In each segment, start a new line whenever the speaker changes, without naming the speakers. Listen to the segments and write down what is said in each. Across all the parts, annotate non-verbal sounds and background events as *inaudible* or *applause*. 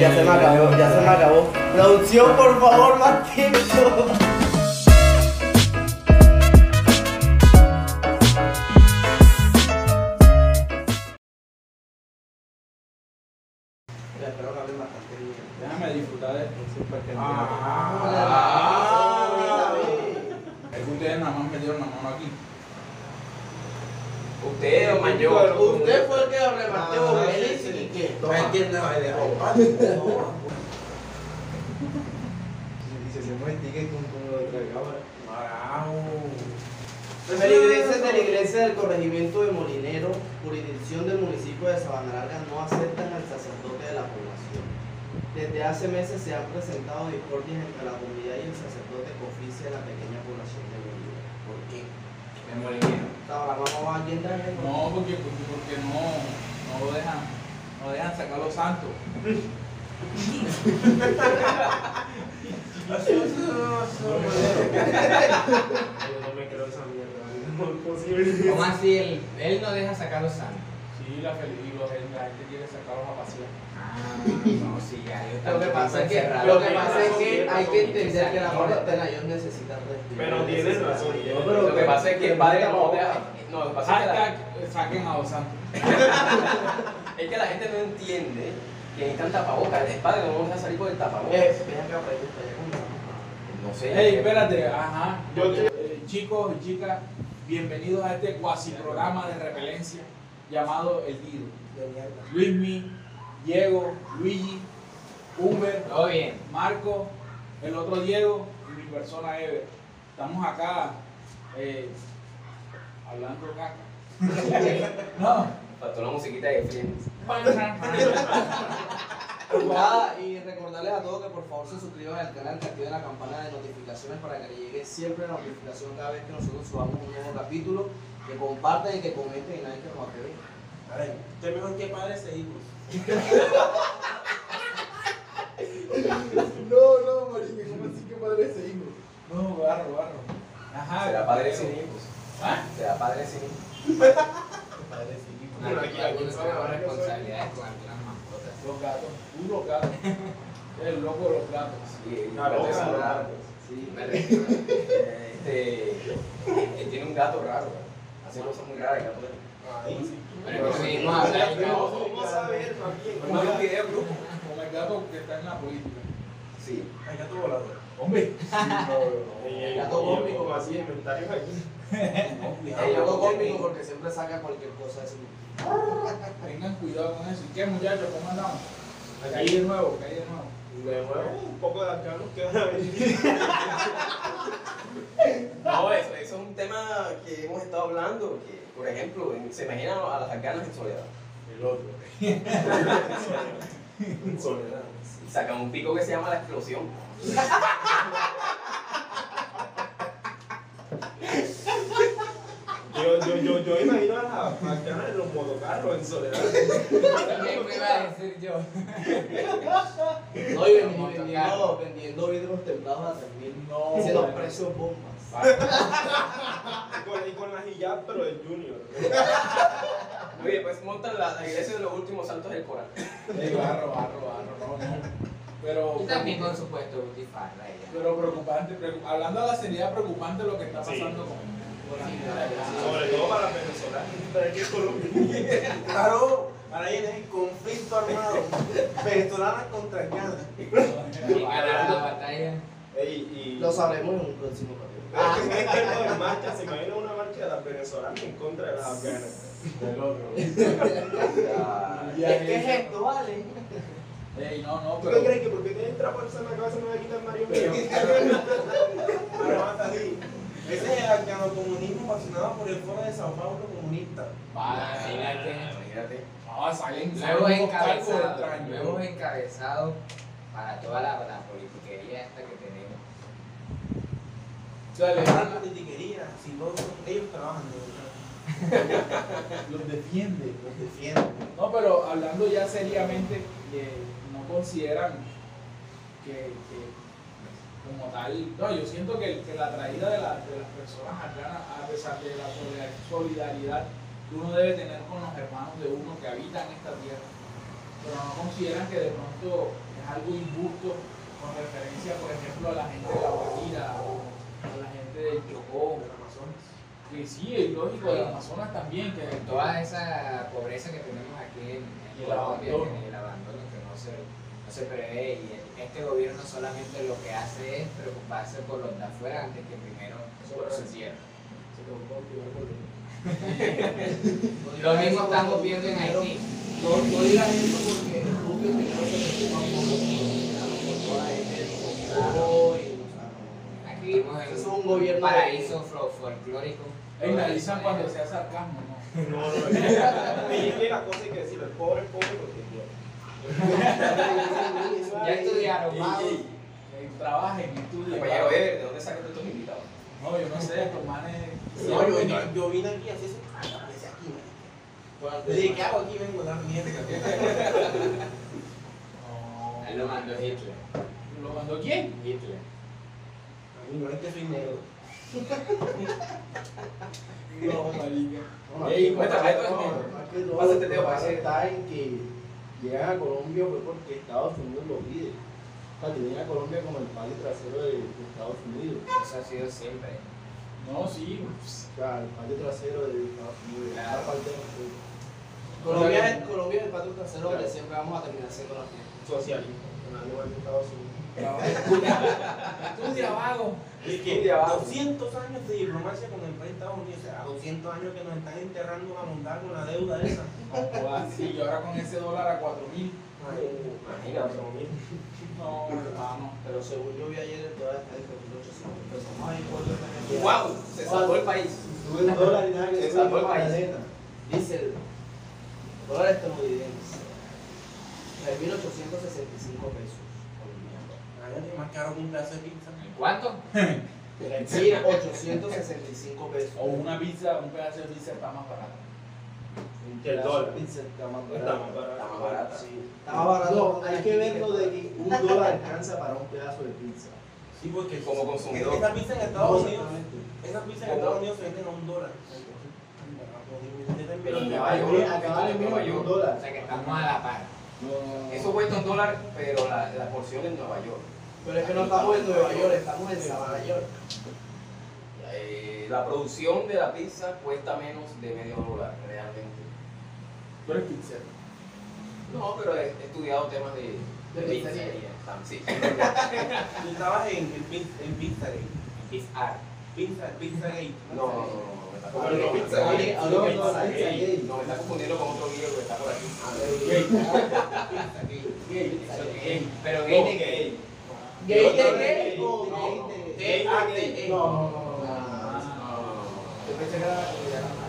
ya se me acabó, ya se me acabó. La unción, por favor, más tiempo.
Déjame disfrutar de esto porque
Ah,
es que ustedes nada más me dieron la mano aquí.
Usted, don Mayor.
Usted Ah, fue el que le partió él y qué.
No entiende, no le
Si hacemos el ticket con, con lo de Tragaba.
Pues La iglesia de la iglesia del corregimiento de Molinero, jurisdicción del municipio de Sabana Larga, no aceptan al sacerdote de la población. Desde hace meses se han presentado discordias entre la comunidad y el sacerdote que oficia en la pequeña población de Molinero. ¿Por qué? Ahora vamos a quién trae el
No, porque, porque, porque no, no lo dejan, no dejan sacar los santos.
Yo no me creo esa mierda. No es posible.
¿Cómo así? Él, él no deja sacar los santos.
Sí, la feliz, los, la gente quiere sacarlos a pasear.
Ah, no, sí, ya. yo
Lo que
tampoco
pasa es que,
encerrado.
lo que, pasa es que hay que entender que la cuarentena ellos necesitan respirar.
Pero tienes razón. Yo, pero,
Lo que pasa es que el padre como deja- No, lo que pasa es que la-
Hashtag saquen a los santos.
es que la gente no entiende que necesitan tapabocas. El padre no deja salir por el tapabocas.
Eh, ven acá, pregunta, ya con
No sé.
Ey, espérate, ajá. Eh, chicos y chicas, bienvenidos a este cuasi programa de repelencia llamado El Dido.
la- de mierda.
Luismi, Diego, Luigi, Humbert,
Todo bien.
Marco, el otro Diego y mi persona Ever. Estamos acá eh, hablando caca.
*laughs*
no.
Faltó la musiquita de Friends.
Nada, Ah, y recordarles a todos que por favor se suscriban al canal, que activen la campana de notificaciones para que les llegue siempre la notificación cada vez que nosotros subamos un nuevo capítulo, que compartan y que comenten y nadie que nos atreve.
Usted mejor que padres e hijos. no, no, marica, ¿cómo así que padres e hijos?
No, barro, barro. Ajá.
Será padre sin hijos.
¿Ah?
Será padre sin hijos.
Padres e hijos.
Algunos
Algunos
tenemos
que
responsabilidades con algunas mascotas.
Los gatos. Tú los
*laughs*
gatos. El loco de los gatos.
Y-
No,
pero
loca,
es un
no.
raro.
Sí.
Me refiero, eh, Este. Él tiene un gato raro. güey. Hace cosas muy raras el gato. Pero eso sí, no habla. y no-
¿Cómo saber, también?
no hay un video, grupo.
Como el gato que está en la política.
Sí.
Ay, gato volador.
Hombre.
El
gato cómico,
como así, inventario aquí.
El loco cómico porque siempre saca cualquier cosa de su
Tengan cuidado con eso. ¿Y qué muchachos? ¿Cómo andamos? Caí de nuevo, caí de nuevo.
De nuevo, un poco de acá nos queda venir.
No, eso, eso es un tema que hemos estado hablando. Que, por ejemplo, en- se imaginan a las afganas en soledad.
El otro. Soledad.
Sacan un pico que se llama la explosión.
Yo, yo, yo, yo imagino a las macanas en los motocarros en soledad.
También me iba a decir yo.
No, y vendi- vendiendo, vendiendo vidrios templados a 3.000.
No.
Y se los
bueno.
precios bombas.
Y con, y con las hijab, pero del Junior.
Oye, pues montan la, la iglesia de los últimos santos del Corán.
Ey, barro, barro, barro, no, no. Pero.
Y también con su puesto de butifarra ella.
Pero preocupante, preocu- hablando de la seriedad preocupante lo que está pasando con, con la
Sí,
gente de acá.
Sobre todo para venezolanos. Para que Colombia.
Claro, ahora viene el
*laughs*
conflicto armado. Venezolanas contra Ghana.
Y ganar la batalla.
Ey, y.
Lo sabremos en un próximo capítulo.
Ah, es que es lo de marcha. Se imagina una marcha de las venezolanas en contra de las afganas.
Del otro.
Ya.
Ya,
¿Qué es
ya.
esto, vale?
Ey, no, no,
¿Tú
pero.
qué crees que porque tienen traporza en la cabeza me va a quitar Mario
pero-
Mío?
Pero más así. Ese es el arcanocomunismo ocasionado por el foro de Sao Paulo comunista.
Ah,
Vale.
Imagínate.
No, salen,
Luego
salen unos cargos
encabezado.
extraños.
Luego encabezado para toda la, la politiquería esta que tenemos.
Dale,
Van la politiquería, si todos son- ellos trabajan de verdad.
*laughs*
los defiende.
Los defienden.
No, pero hablando ya seriamente, eh, no consideran que, que como tal, no, yo siento que, que la traída de, la- de las personas afganas, a pesar de la solidar- solidaridad que uno debe tener con los hermanos de uno que habitan esta tierra, pero no consideran que de pronto es es algo injusto con referencia, por ejemplo, a la gente de La Guajira o a la gente del Chocó, del Amazonas. Que sí, es lógico, del Amazonas también, que
Con toda esa pobreza que tenemos aquí en,
Y
en
el
Colombia,
abandono.
que- el abandono que no se, no se prevé, y el- este gobierno solamente lo que hace es preocuparse por los de afuera antes que primero por su tierra.
se preocupa un primer volumen.
Lo mismo estamos viendo en Haití.
No, no digas eso porque Rubio primero se preocupa por los colombianos, por toda la gente del Chocó y los arroyos.
Aquí vivimos en
Eso es un gobierno de-
paraíso flo- folclórico.
Ey, me avisan cuando sea sarcasmo, ¿no?
No, no, no. Y es que la cosa hay que decir, el pobre es pobre porque es Dios.
Ya estudiaron, vamos.
Que trabajen, estudien.
Compañero eh. Ever, ¿de dónde sacas tú tus invitados?
No, yo no sé, estos manes.
No, yo, yo, yo vine aquí así, así, aparece aquí, man. Yo dije, ¿qué hago aquí? Vengo a dar mierda.
No.
Él lo mandó Hitler.
¿Lo mandó quién?
Hitler.
Amigo, es que soy negro.
No, marica.
No,
Ey,
aquí-
cuéntame,
no,
cuéntame.
aquí lo-
Pásate, Teo,
lo que
pásate.
está en que llegan a Colombia fue porque Estados Unidos lo pide. O sea, tenían a Colombia como el pali trasero de, de Estados Unidos.
Eso ha sido siempre.
No, sí. pues,
O sea, el pali trasero de Estados Unidos.
Claro.
esa parte no
Colombia es-
Colombia es el patio trasero
donde
siempre vamos a terminar siendo la fiesta.
Socialismo. En algo en Estados Unidos.
trabaja. Estudia, vago.
Es que 200 años de diplomacia con el país de Estados Unidos, o sea, 200 años que nos están enterrando una montada con la deuda esa.
Joda, Sí, y ahora con ese dólar a 4 mil.
Imagínate, son mil.
No, hermano.
Pero según yo vi ayer, el dólar está en 4.800 pesos. Ay, por Dios, me-
¡Wow! Se salvó el país.
Sube el dólar y nada que
Se
sube
salvó el
la
país.
cadena. Dice el dólar estadounidense. 3.865 pesos. colombianos.
Ay, más caro que un pedazo de pizza.
¿Cuánto?
3.865 pesos.
O una pizza, un pedazo de pizza está más barato.
Que el dólar.
Dice, Está más
Está
barato.
más barato.
Está más barata.
Sí. Está más barato.
No,
hay que verlo de que un dólar alcanza para un pedazo de pizza.
Sí, porque
Como consumidor.
Esa pizza en Estados
No,
Unidos,
exactamente.
esa pizza en
Como-
Estados Unidos se venden a un dólar.
Pero en
Nueva
Nueva
York,
York,
acá vale
en
menos
Nueva
que un
York.
O
dólar.
sea que estamos a la par.
No.
Eso cuesta un dólar, pero la, la porción en Nueva York.
Pero es que no estamos en Nueva York, estamos en Nueva York.
Eh, la producción de la pizza cuesta menos de medio dólar, realmente.
Tú eres pizza.
No, pero he, he estudiado temas de,
De pizzería.
tam- Sí.
Tú estabas en, en, Pizza- en Pizzagate.
It's art.
Pizza, Pizzagate.
No, no, no, no, no, me está
Pero no,
confundiendo.
pizza
gay.
No,
No,
pizza
no, la pizza
gay.
gay.
No, me está confundiendo con otro video que está por aquí.
Gay. Gay.
Eso es gay.
Pero
No,
gay de gay.
Gay
No,
de
no,
gay o
no,
gay
no,
de-
no.
gay
Ah,
a
gay.
gay. No, no, no, no, no.
No, no, no,
Yo pensé que era colombiana, marica.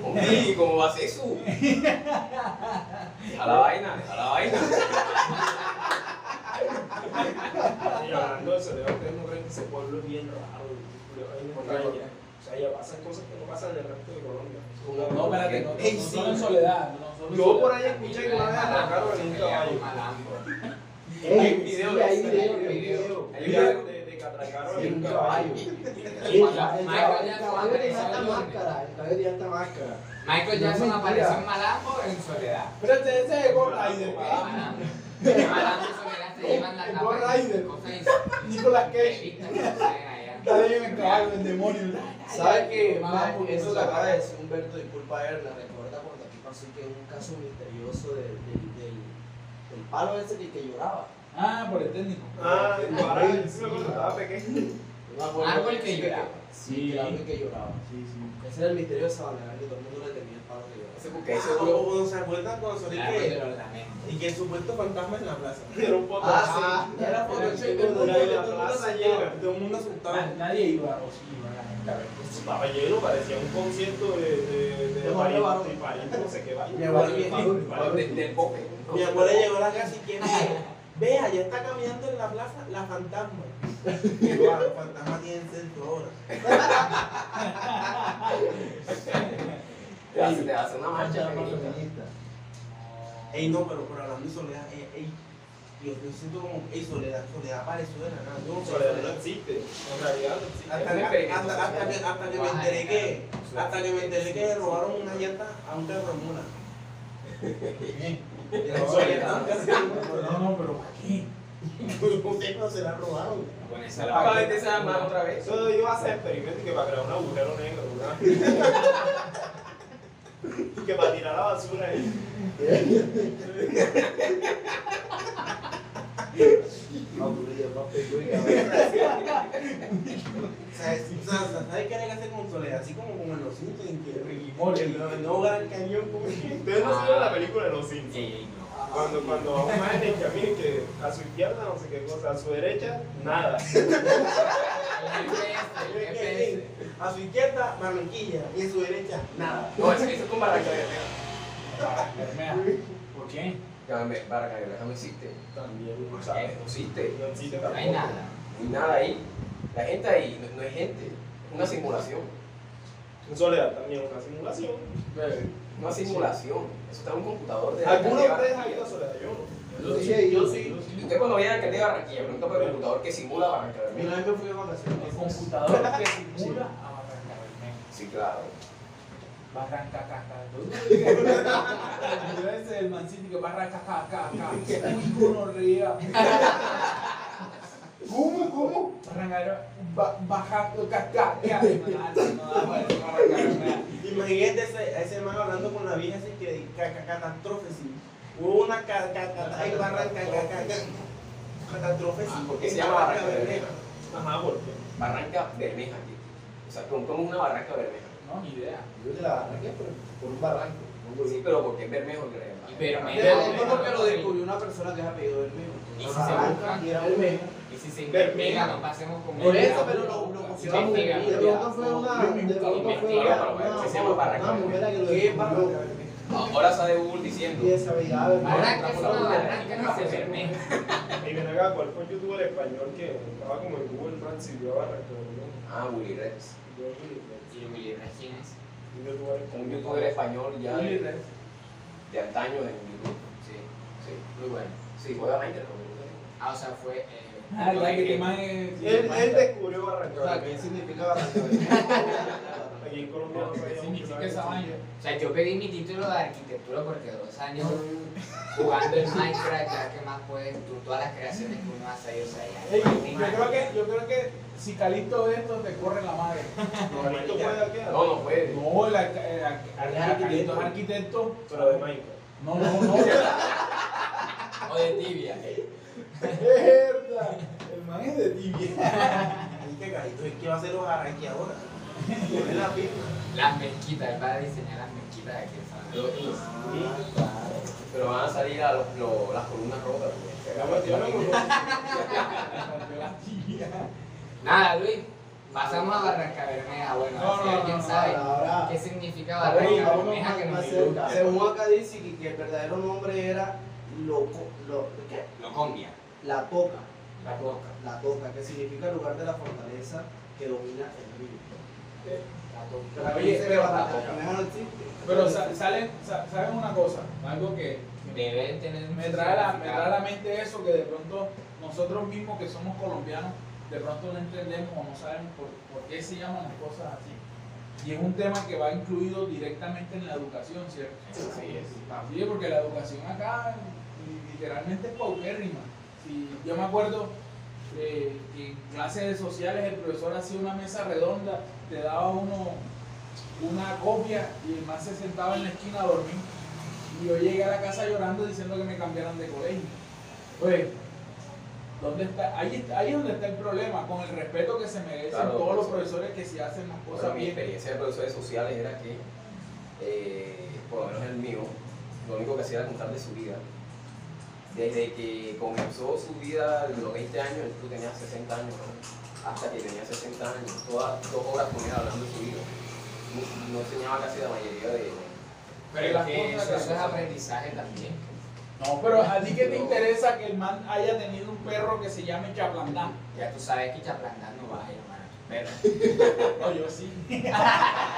no. Hombre, ¿cómo va a ser eso? A la vaina, a la vaina.
Y hablando Ah, de eso, de ustedes no creen que ese pueblo es bien raro, bien curioso, bien extraño? O sea, ya pasan cosas que no pasan en el resto de Colombia.
No, espérate, no, no,
Ey,
no
sí.
solo en soledad. No, solo en
Yo por
soledad.
ahí escuché que una vez atracaron a un caballo.
Ey,
un video
sí,
de
hay
eso,
video,
hay
hay
video.
video.
Hay video de, de que atracaron a
Sí,
un
un
caballo. Ah,
caballo.
*laughs*
El
El
Michael
caballo
Jackson
tenía esta
apareció en
máscara, el caballo tenía esta máscara.
Michael
No,
Jackson
mentira.
apareció en Malambo en Soledad.
este,
Espérate, ese es Gol
En
Rider.
Malambo. En Malambo y Soledad se llevan la
El
capa
Ah. Ghost Rider.
de cosas
*laughs* Nicolas Cage.
insolitas que suceden allá.
Está bien el caballo, el demonio.
¿Sabes qué?
Mamá,
Más,
porque
eso
no
que
se
acaba
puede.
de decir Humberto, disculpa Erna, recuerda cuando aquí pasó que un caso misterioso del, del, del, del palo ese que, que lloraba.
Ah, por el técnico.
Ah, de Guaral, sí me acuerdo, estaba pequeño.
Yo me acuerdo
Árbol que
sí,
lloraba.
Sí,
Sí.
el árbol que lloraba.
Sí, sí.
Ese era el misterio de Sabana, que todo el mundo le tenía el palo que lloraba.
Ese
Que
buque, ese
eso
buque.
o, o se acuerdan cuando salí
El árbol de
que,
los lamentos.
y que el supuesto fantasma en la plaza.
Era un poco
Ah, sí.
Era por
Era
el
el
cheque, todo
de la
el mundo
plaza
asustado,
llena.
todo el mundo
Na-
asustado.
Nadie iba, o sí iba la gente.
Pues, Estaba lleno, parecía un concierto de, de, de,
De Juan
París,
Levarón.
de París, no sé qué vaina.
Mi abuela bien,
París, París.
De- Del boque.
Mi abuela llegó a la casa y que vea, vea, ya está caminando en la plaza la fantasma. Y yo, ah, los fantasmas tienen centro ahora.
Te hace, te hace una marcha
Era
feminista.
feminista.
Ey, no, pero por hablando de soledad, ey, ey, yo, yo siento como, ey, soledad, soledad apareció de la nada. Yo no sé,
Soledad no
soledad.
existe, en realidad no existe.
Hasta que, hasta, hasta que, hasta que me enteré que,
*laughs*
hasta que me enteré que le robaron una llanta a un terremona.
Bien. No, no, pero ¿para qué?
se la robaron.
Con esa
Para
la
que te sean más otra vez. Eso yo hacer experimentos que para crear un agujero negro, ¿verdad? que para tirar la basura ahí.
¿Sabes ¿sabes qué hay que hacer con Soledad? Así como como en los Simpsons, en que
Ricky Morty.
el- no- no hogar el cañón. como que-
Ustedes no vieron la película de los Simpsons.
Ey, Ah. no.
Cuando, cuando a un man que a mí, que a su izquierda no sé qué cosa, a su derecha,
*laughs*
nada.
El
que-
GPS,
que-
el
que- A su izquierda, Barranquilla, y a su derecha, nada.
No, eso es con Barrancabermeja.
Bermea. ¿Por qué?
Barrancabermeja no existe.
También,
No
¿sabes?
existe.
No existe
eh. No
tampoco.
hay nada.
No hay nada ahí. La gente ahí no, no es gente. Es una simulación.
En soledad también una simulación.
Una simulación. Eso está en un computador de
Algunos de
de
ustedes han
Barranquilla.
ido a soledad, yo
Yo sí, yo sí.
Usted cuando vaya a la alcaldía de Barranquilla, pregunta por el computador que simula
Y Una
Barrancabermeja.
vez me fui de
El
vacaciones.
computador que simula a Barranca Bermeja.
Sí, claro.
Barranca caca. Yo *laughs* ese el Man City que barranca caca caca. Uy, gonorrea.
¿Cómo? ¿Cómo?
Barranca ba- baja caca caca. Ah, No da para eso, Barranca Bermeja.
Imagínate ese, a ese man hablando con la vieja así que ca- ca- catástrofe, sí. Hubo una ca- ca- ca- ay, barranca, ca- ca- ca- catástrofe, sí.
Ah, ¿por qué se llama Barranca Bermeja?
Ajá, ¿por qué?
Barranca Bermeja. aquí. O sea, como como una barranca bermeja.
No, ni idea.
Yo de la barranquilla, pero por un barranco. no por-
Sí, pero porque es bermejo que le
Y Bermejo.
Pero es porque lo descubrió una persona que es apellido del mismo.
Y si
Ah.
se
Barranca,
busca.
y era el mismo.
Y si se
Bermeja.
investiga, no pasemos con
Por eso,
ella.
pero lo, lo
Investiga,
consideramos de
investiga.
pronto fue una, de pronto fue una, una mujer que lo descubrió.
Ahora sale Google diciendo.
Y esa veía,
Barranca es una barranca que se bermeja.
Y ven acá, ¿cuál fue el youtuber español que estaba como en Google Maps y vio Barrancabermeja?
Ah, Willy Rex.
Yo vi
Y Willy Regines.
un
Un
youtuber español.
youtuber español ya
Willy
de,
Rex.
de antaño en YouTube.
Sí,
Sí.
muy bueno.
Sí, juega Minecraft.
Ah, o sea, fue. eh,
Ah, la que te man
Él, él
es.
descubrió
O sea, ¿qué
Barrancabermeja.
significa barranca?
Aquí en Colombia no
¿Qué
sabíamos
significa
que
esa vaina?
O sea, yo pedí mi título de arquitectura porque dos años jugando en Minecraft, ya que más puedes, tú todas las creaciones que uno hace ahí, o sea, ya.
Ey, yo creo que, yo creo que si Calixto de esto te corre la madre.
Normalito puede aquí,
No, no puede.
No, la, la, la- Calixto es arquitecto.
pero de Minecraft.
No, no, no.
O de tibia. eh.
Mierda. El man es de tibia.
Ay, qué carito, ¿y ¿Qué va a hacer los arranque ahora? Poner la firma.
Las mezquitas, él va a diseñar las mezquitas de aquí en San Andrés.
Pero van a salir a los- los- las columnas rotas. porque
La cuestión es que-
La tibia.
Nada, Luis. Pasamos a Barranca Bermeja. Bueno,
No,
así
no, no,
alguien
no,
sabe
ahora-
qué significa
Ahora
Barranca
vamos
Bermeja
más-
que
más
nos
cerca.
ilustra.
Según acá dice que, que el verdadero nombre era Loco, lo, ¿qué?
Lo combia,
La Toca,
la coca.
la Toca, que significa lugar de la fortaleza que domina el río.
La
Oye,
Toca.
pero la Toca, mejor no existe.
*laughs* Pero sa- salen, sa- saben una cosa, algo que
Debe tener un
me trae, a la, me trae a
significado.
la mente eso que de pronto nosotros mismos que somos colombianos, de pronto no entendemos o no sabemos por, por qué se llaman las cosas así. Y es un tema que va incluido directamente en la educación, ¿cierto?
Así es.
Sí, porque la educación acá li- literalmente es paupérrima. Sí, yo me acuerdo eh, que en clases de sociales el profesor hacía una mesa redonda, te daba uno una copia y el más se sentaba en la esquina a dormir. Y yo llegué a la casa llorando diciendo que me cambiaran de colegio. Oye, ¿dónde está? Ahí, está- ahí es donde está el problema, con el respeto que se merecen
Claro,
todos los
sí.
profesores que si hacen las
O
cosas
mi
bien.
experiencia de profesores sociales era que, eh, por lo menos el mío, lo único que hacía era contar de su vida. Desde que comenzó su vida de los 20 años, él tú tenías 60 años, ¿no? hasta que tenía 60 años, todas dos horas con él hablando de su vida. No, no enseñaba casi la mayoría de...
Pero
Las
es que
cosas
eso, eso
que-
es aprendizaje también.
No, pero a ti que te interesa que el man haya tenido un perro que se llame Chaplandán.
Ya tú sabes que Chaplangán no va a llamar a tu perro.
No, yo sí. *laughs*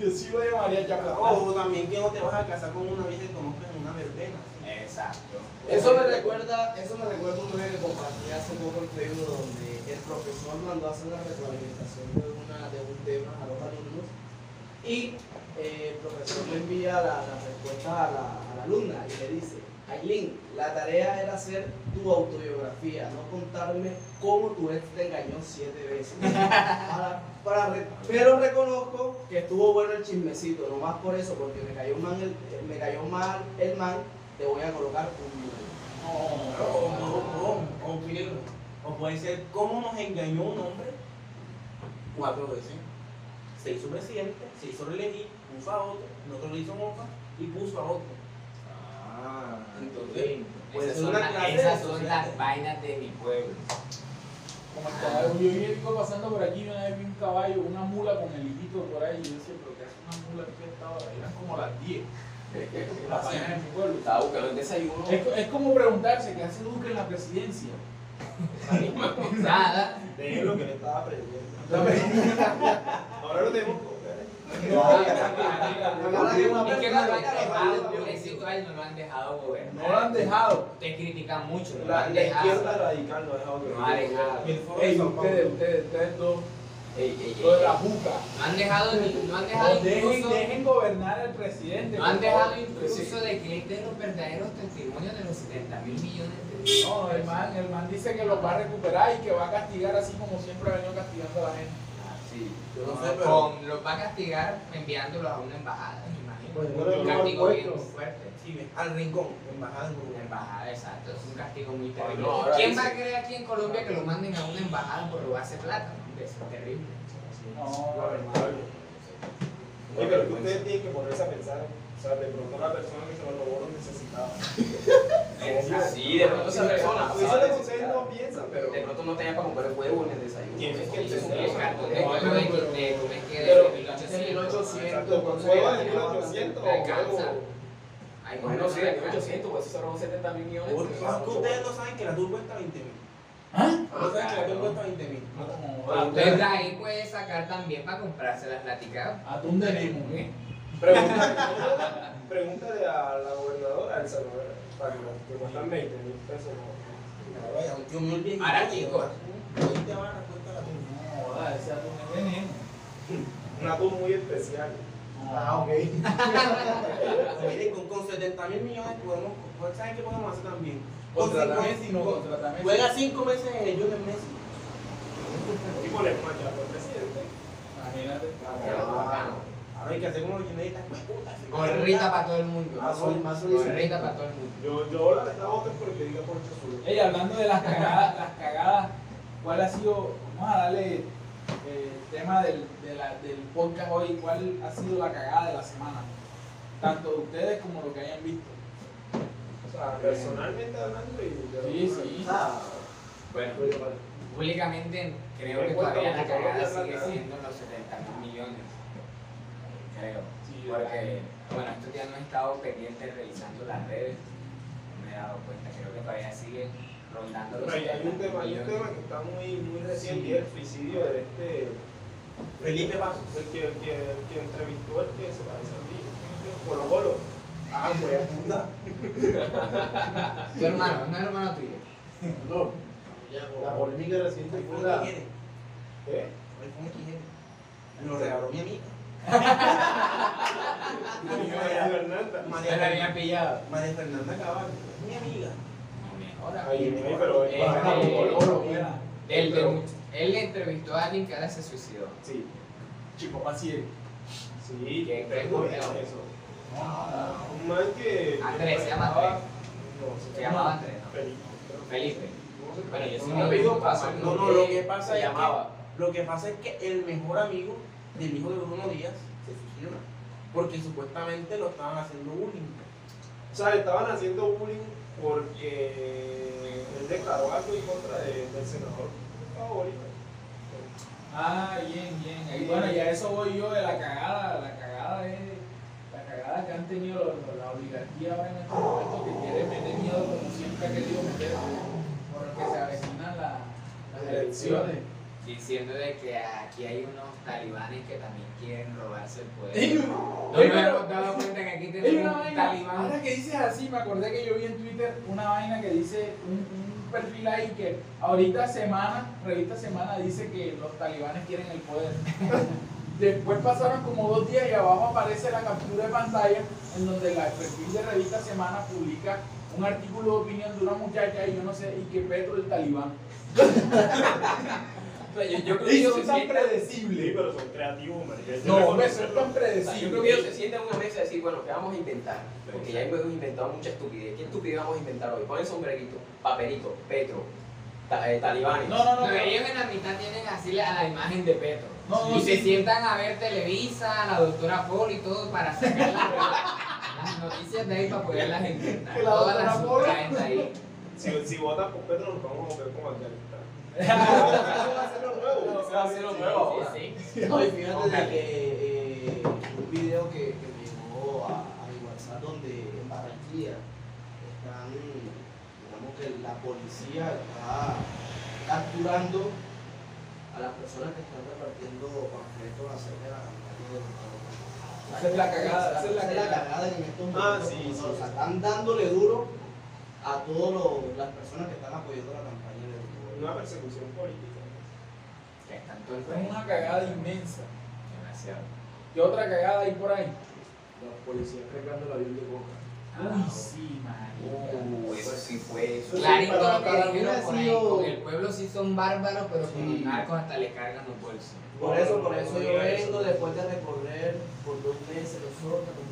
yo sí lo llamaría Oh, Chaplandán.
Ojo, también que no te vas a casar con una vieja que conozcas en una verbena.
Exacto.
Eso me recuerda, eso me recuerda un meme que compartí hace poco en Facebook donde el profesor mandó a hacer una retroalimentación de, una, de un tema a los alumnos y eh, el profesor le envía la- las respuestas a la, a la la alumna y le dice, Aileen, la tarea era hacer tu autobiografía, no contarme cómo tu ex te engañó siete veces. Para- para re- pero reconozco que estuvo bueno el chismecito, no más por eso, porque me cayó mal el, me cayó mal el man, te voy a colocar un nueve.
O, o, o, o, Pedro, o puede ser cómo nos engañó un hombre cuatro veces. Se hizo presidente, se hizo reelegir, puso a otro, nosotros le hizo mofa y puso a otro.
Ah,
Entonces,
esas,
pues,
son
una
la-
clase
esas
de
son
sociedad.
las vainas de mi pueblo.
Como el caballo, yo vi algo pasando por aquí, una vez vi un caballo, una mula con el hijito por ahí, y yo decía, pero ¿qué hace una mula aquí a esta hora? Eran como las
*laughs*
10, las vainas de mi pueblo.
Estaba buscando el desayuno.
Es, co- es como preguntarse, ¿qué hace Duque en la presidencia?
Nada.
De lo que le estaba aprendiendo.
Ahora lo tenemos.
Es que la vaina de Estado, pobrecito, a él no lo han dejado
No lo han
gobernar.
dejado.
Ustedes critican mucho, no lo
La,
han
la
dejado.
izquierda radical no ha dejado que
No ha dejado.
El foro de
Ey,
Sao Paulo.
ustedes, ustedes, ustedes dos,
Ey, ey, ey,
lo de
ey.
la juca.
No han dejado ni, no han dejado
No, dejen,
incluso,
dejen gobernar al presidente.
no han dejado
Pues sí.
incluso de que él dé los verdaderos testimonios de los 70 mil millones de
No, el man, el man dice que los va a recuperar y que va a castigar así como siempre ha venido castigando a la gente.
Sí.
Yo no sé, pero.
Con, los va a castigar enviándolos a una embajada, me imagino.
Pues, no
un
le
castigo
pongo
bien
puestos.
fuerte.
Sí, ve, al rincón, embajada en Colombia.
Una embajada, exacto, es un castigo muy terrible.
No, ahora
¿Quién
dice-
va a creer aquí en Colombia que lo manden a una embajada por robarse plata? Hombre, eso es terrible.
No,
Lamentable. Oye, pero que ustedes tienen que ponerse a pensar. O sea, de pronto la persona que se lo robó lo necesitaba.
Sí, de pronto esa persona.
Pues eso
¿sabes?
lo que ustedes no piensan, pero.
De pronto no tenía para comprar el huevo en el desayuno.
Tienes que
Es un
Eso es un
descarto,
cartón
de
de
de-
huevo.
de- de- que
Pero-
de 1800.
1800,
con
con
huevos de
suerte,
1800 o
alcanza.
algo.
Hay
No,
mujeres
no sé,
que alcanzan.
800, pues eso se robó 70 mil millones.
Porque es que ustedes no saben que la turba cuesta 20 mil.
¿Ah?
No saben que la turba cuesta 20 mil.
Entonces de ahí puede sacar también para comprarse las platicadas.
Atún de limón, ¿eh?
Pregúntale, pregúntale a la gobernadora del Salvador para que cuestan 20 mil pesos. ¿no? Yo me olvidé.
Ahora, chicos.
20 varas cuesta la turba.
No, joda, ese atún es veneno.
Una turba muy especial.
Ah, ok.
Mire, con, con 70 mil millones podemos, pues, ¿saben qué podemos hacer también? Con
Contratar
cinco-
Messi, no,
con-
contratar Messi.
Juega 5 meses en el Junior Messi. Y ponemos a Chapo al presidente.
Imagínate.
Ah.
Ahora hay que hacer como los guineístas, pues, puta, se me
Gorrita
olvidó.
para todo el mundo.
Ah, soy más
Gorrita para todo el mundo.
Yo, yo ahora le daba votos porque diga por Chazul.
Ey, hablando de las cagadas, las cagadas, ¿cuál ha sido? Vamos a darle eh, el tema del, de la- del podcast hoy. ¿Cuál ha sido la cagada de la semana? Tanto de ustedes como lo que hayan visto.
O sea, personalmente hablando y yo. pues,
Sí, sí.
Ah,
Bueno,
oye, vale.
Públicamente creo que
Recuerda,
todavía la
porque
cagada
Colombia
sigue
saca-
siendo los 70 mil millones. Creo.
Sí,
Porque, bueno, estos días no he estado pendiente revisando las redes. No me he dado cuenta. Creo que todavía sigue rondando los
Pero hay- hay un
70
tema, hay un
millones.
tema que está muy, muy reciente y es el suicidio de este Felipe Vasos, el que, el que, el que entrevistó el que se parece a mí, Colo Colo. Ah, güey, puta.
Tu hermano, no hermano tuyo.
*laughs* No, la polémica reciente fue la,
¿Qué? ¿Eh? Lo regaló mi amiga.
Ah,
María Fernanda.
Se la había pillado.
María Fernanda Cabal. Mi amiga.
No me jodas.
Ahí, ahí, pero
Eh,
Ah,
eh,
Colo Colo,
Pero
mira.
buena.
Él,
Pero-
de- él le entrevistó a alguien que ahora se suicidó.
Sí.
Chico, así
Sí,
Qué- qué
tengo
jodido.
eso.
es. No, joda.
Ah.
Un man que.
Andrés,
que
se llama
manejaba-
Andrés.
No,
Se llamaba Andrés, ¿no?
Felipe. creo.
Felipe.
No sé.
Bueno, yo sí
eh,
No,
me-
apellido
papá,
pasa.
no,
No, no,
eh,
lo que pasa
se
es
llamaba.
que. Lo que pasa es que el mejor amigo del hijo de Bruno Díaz se suicidó. Porque supuestamente lo estaban haciendo bullying. O sea, le estaban haciendo bullying porque él declaró algo en contra de- del senador favorito.
Ah, bien, bien. Ahí, bueno, ya eso voy yo de la cagada. La cagada es la cagada que han tenido los- los- la oligarquía ahora en estos momentos que quiere meter miedo como siempre ha querido meter por lo que se avecinan la- las elecciones.
Diciendo de que aquí hay unos talibanes que también quieren robarse el
Ey,
poder. No
ey,
me
pero-
hemos dado cuenta que aquí
ey, una
tenemos un
vaina.
talibán.
Ahora que dices así, me acordé que yo vi en Twitter una vaina que dice un, un perfil ahí que ahorita semana, revista semana dice que los talibanes quieren el poder. *laughs* Después pasaron como dos días y abajo aparece la captura de pantalla en donde la el perfil de revista Semana publica un artículo de opinión de una muchacha y yo no sé, y que Petro el talibán.
O sea, yo, yo creo que ellos se sientan-
Sí,
predecible.
pero son creativos, marica. Yo
No, hombre,
reconozco-
eso es tan
o sea,
predecible.
yo creo que ellos se sientan en una mesa y decir, bueno, ¿qué vamos a inventar? Porque ya hemos inventado mucha estupidez. ¿Qué estupidez vamos a inventar hoy? Ponen sombrerito, papelito, Petro, ta- eh, talibanes.
No, no, no.
Pero
pero-
ellos en la mitad tienen así la, la imagen de Petro.
No, no,
y
sí,
se
sí.
sientan a ver Televisa, la doctora Polo y todo para sacar la- las noticias de ahí para poderlas inventar.
Que la
Todas
doctora
las
Polo.
subtraen de ahí.
Si, si votas por Petro, nos vamos a ver como alcalista.
Se va a hacer lo nuevo ahora.
Sí, sí.
No, y fíjate
Ojalá.
de que eh, un video que, que me llegó a, a mi WhatsApp donde en Barranquilla están, digamos que la policía está capturando a las personas que están repartiendo panfletos acerca de la campaña de Gustavo.
Esa es la cagada, esa es la cagada.
que en estos
Ah,
momentos,
sí,
como
sí,
son. O sea,
sí.
están dándole duro a todas las personas que están apoyando la campaña de
Una
Gustavo.
persecución política.
Que están todo el
Es una cagada inmensa.
Demasiado.
¿Qué otra cagada hay por ahí?
Los policías cargando el avión de boca.
Uy, sí, marica.
Uh, eso sí fue eso. sí.
Clarito
para-
lo que
para mí
dijeron
ha
por ahí,
sido-
con el pueblo sí son bárbaros, pero con los
Sí.
narcos hasta le cargan los bolsos.
Por eso, por
No,
eso
no,
yo
no,
vengo
eso.
después de recorrer por dos meses los sótanos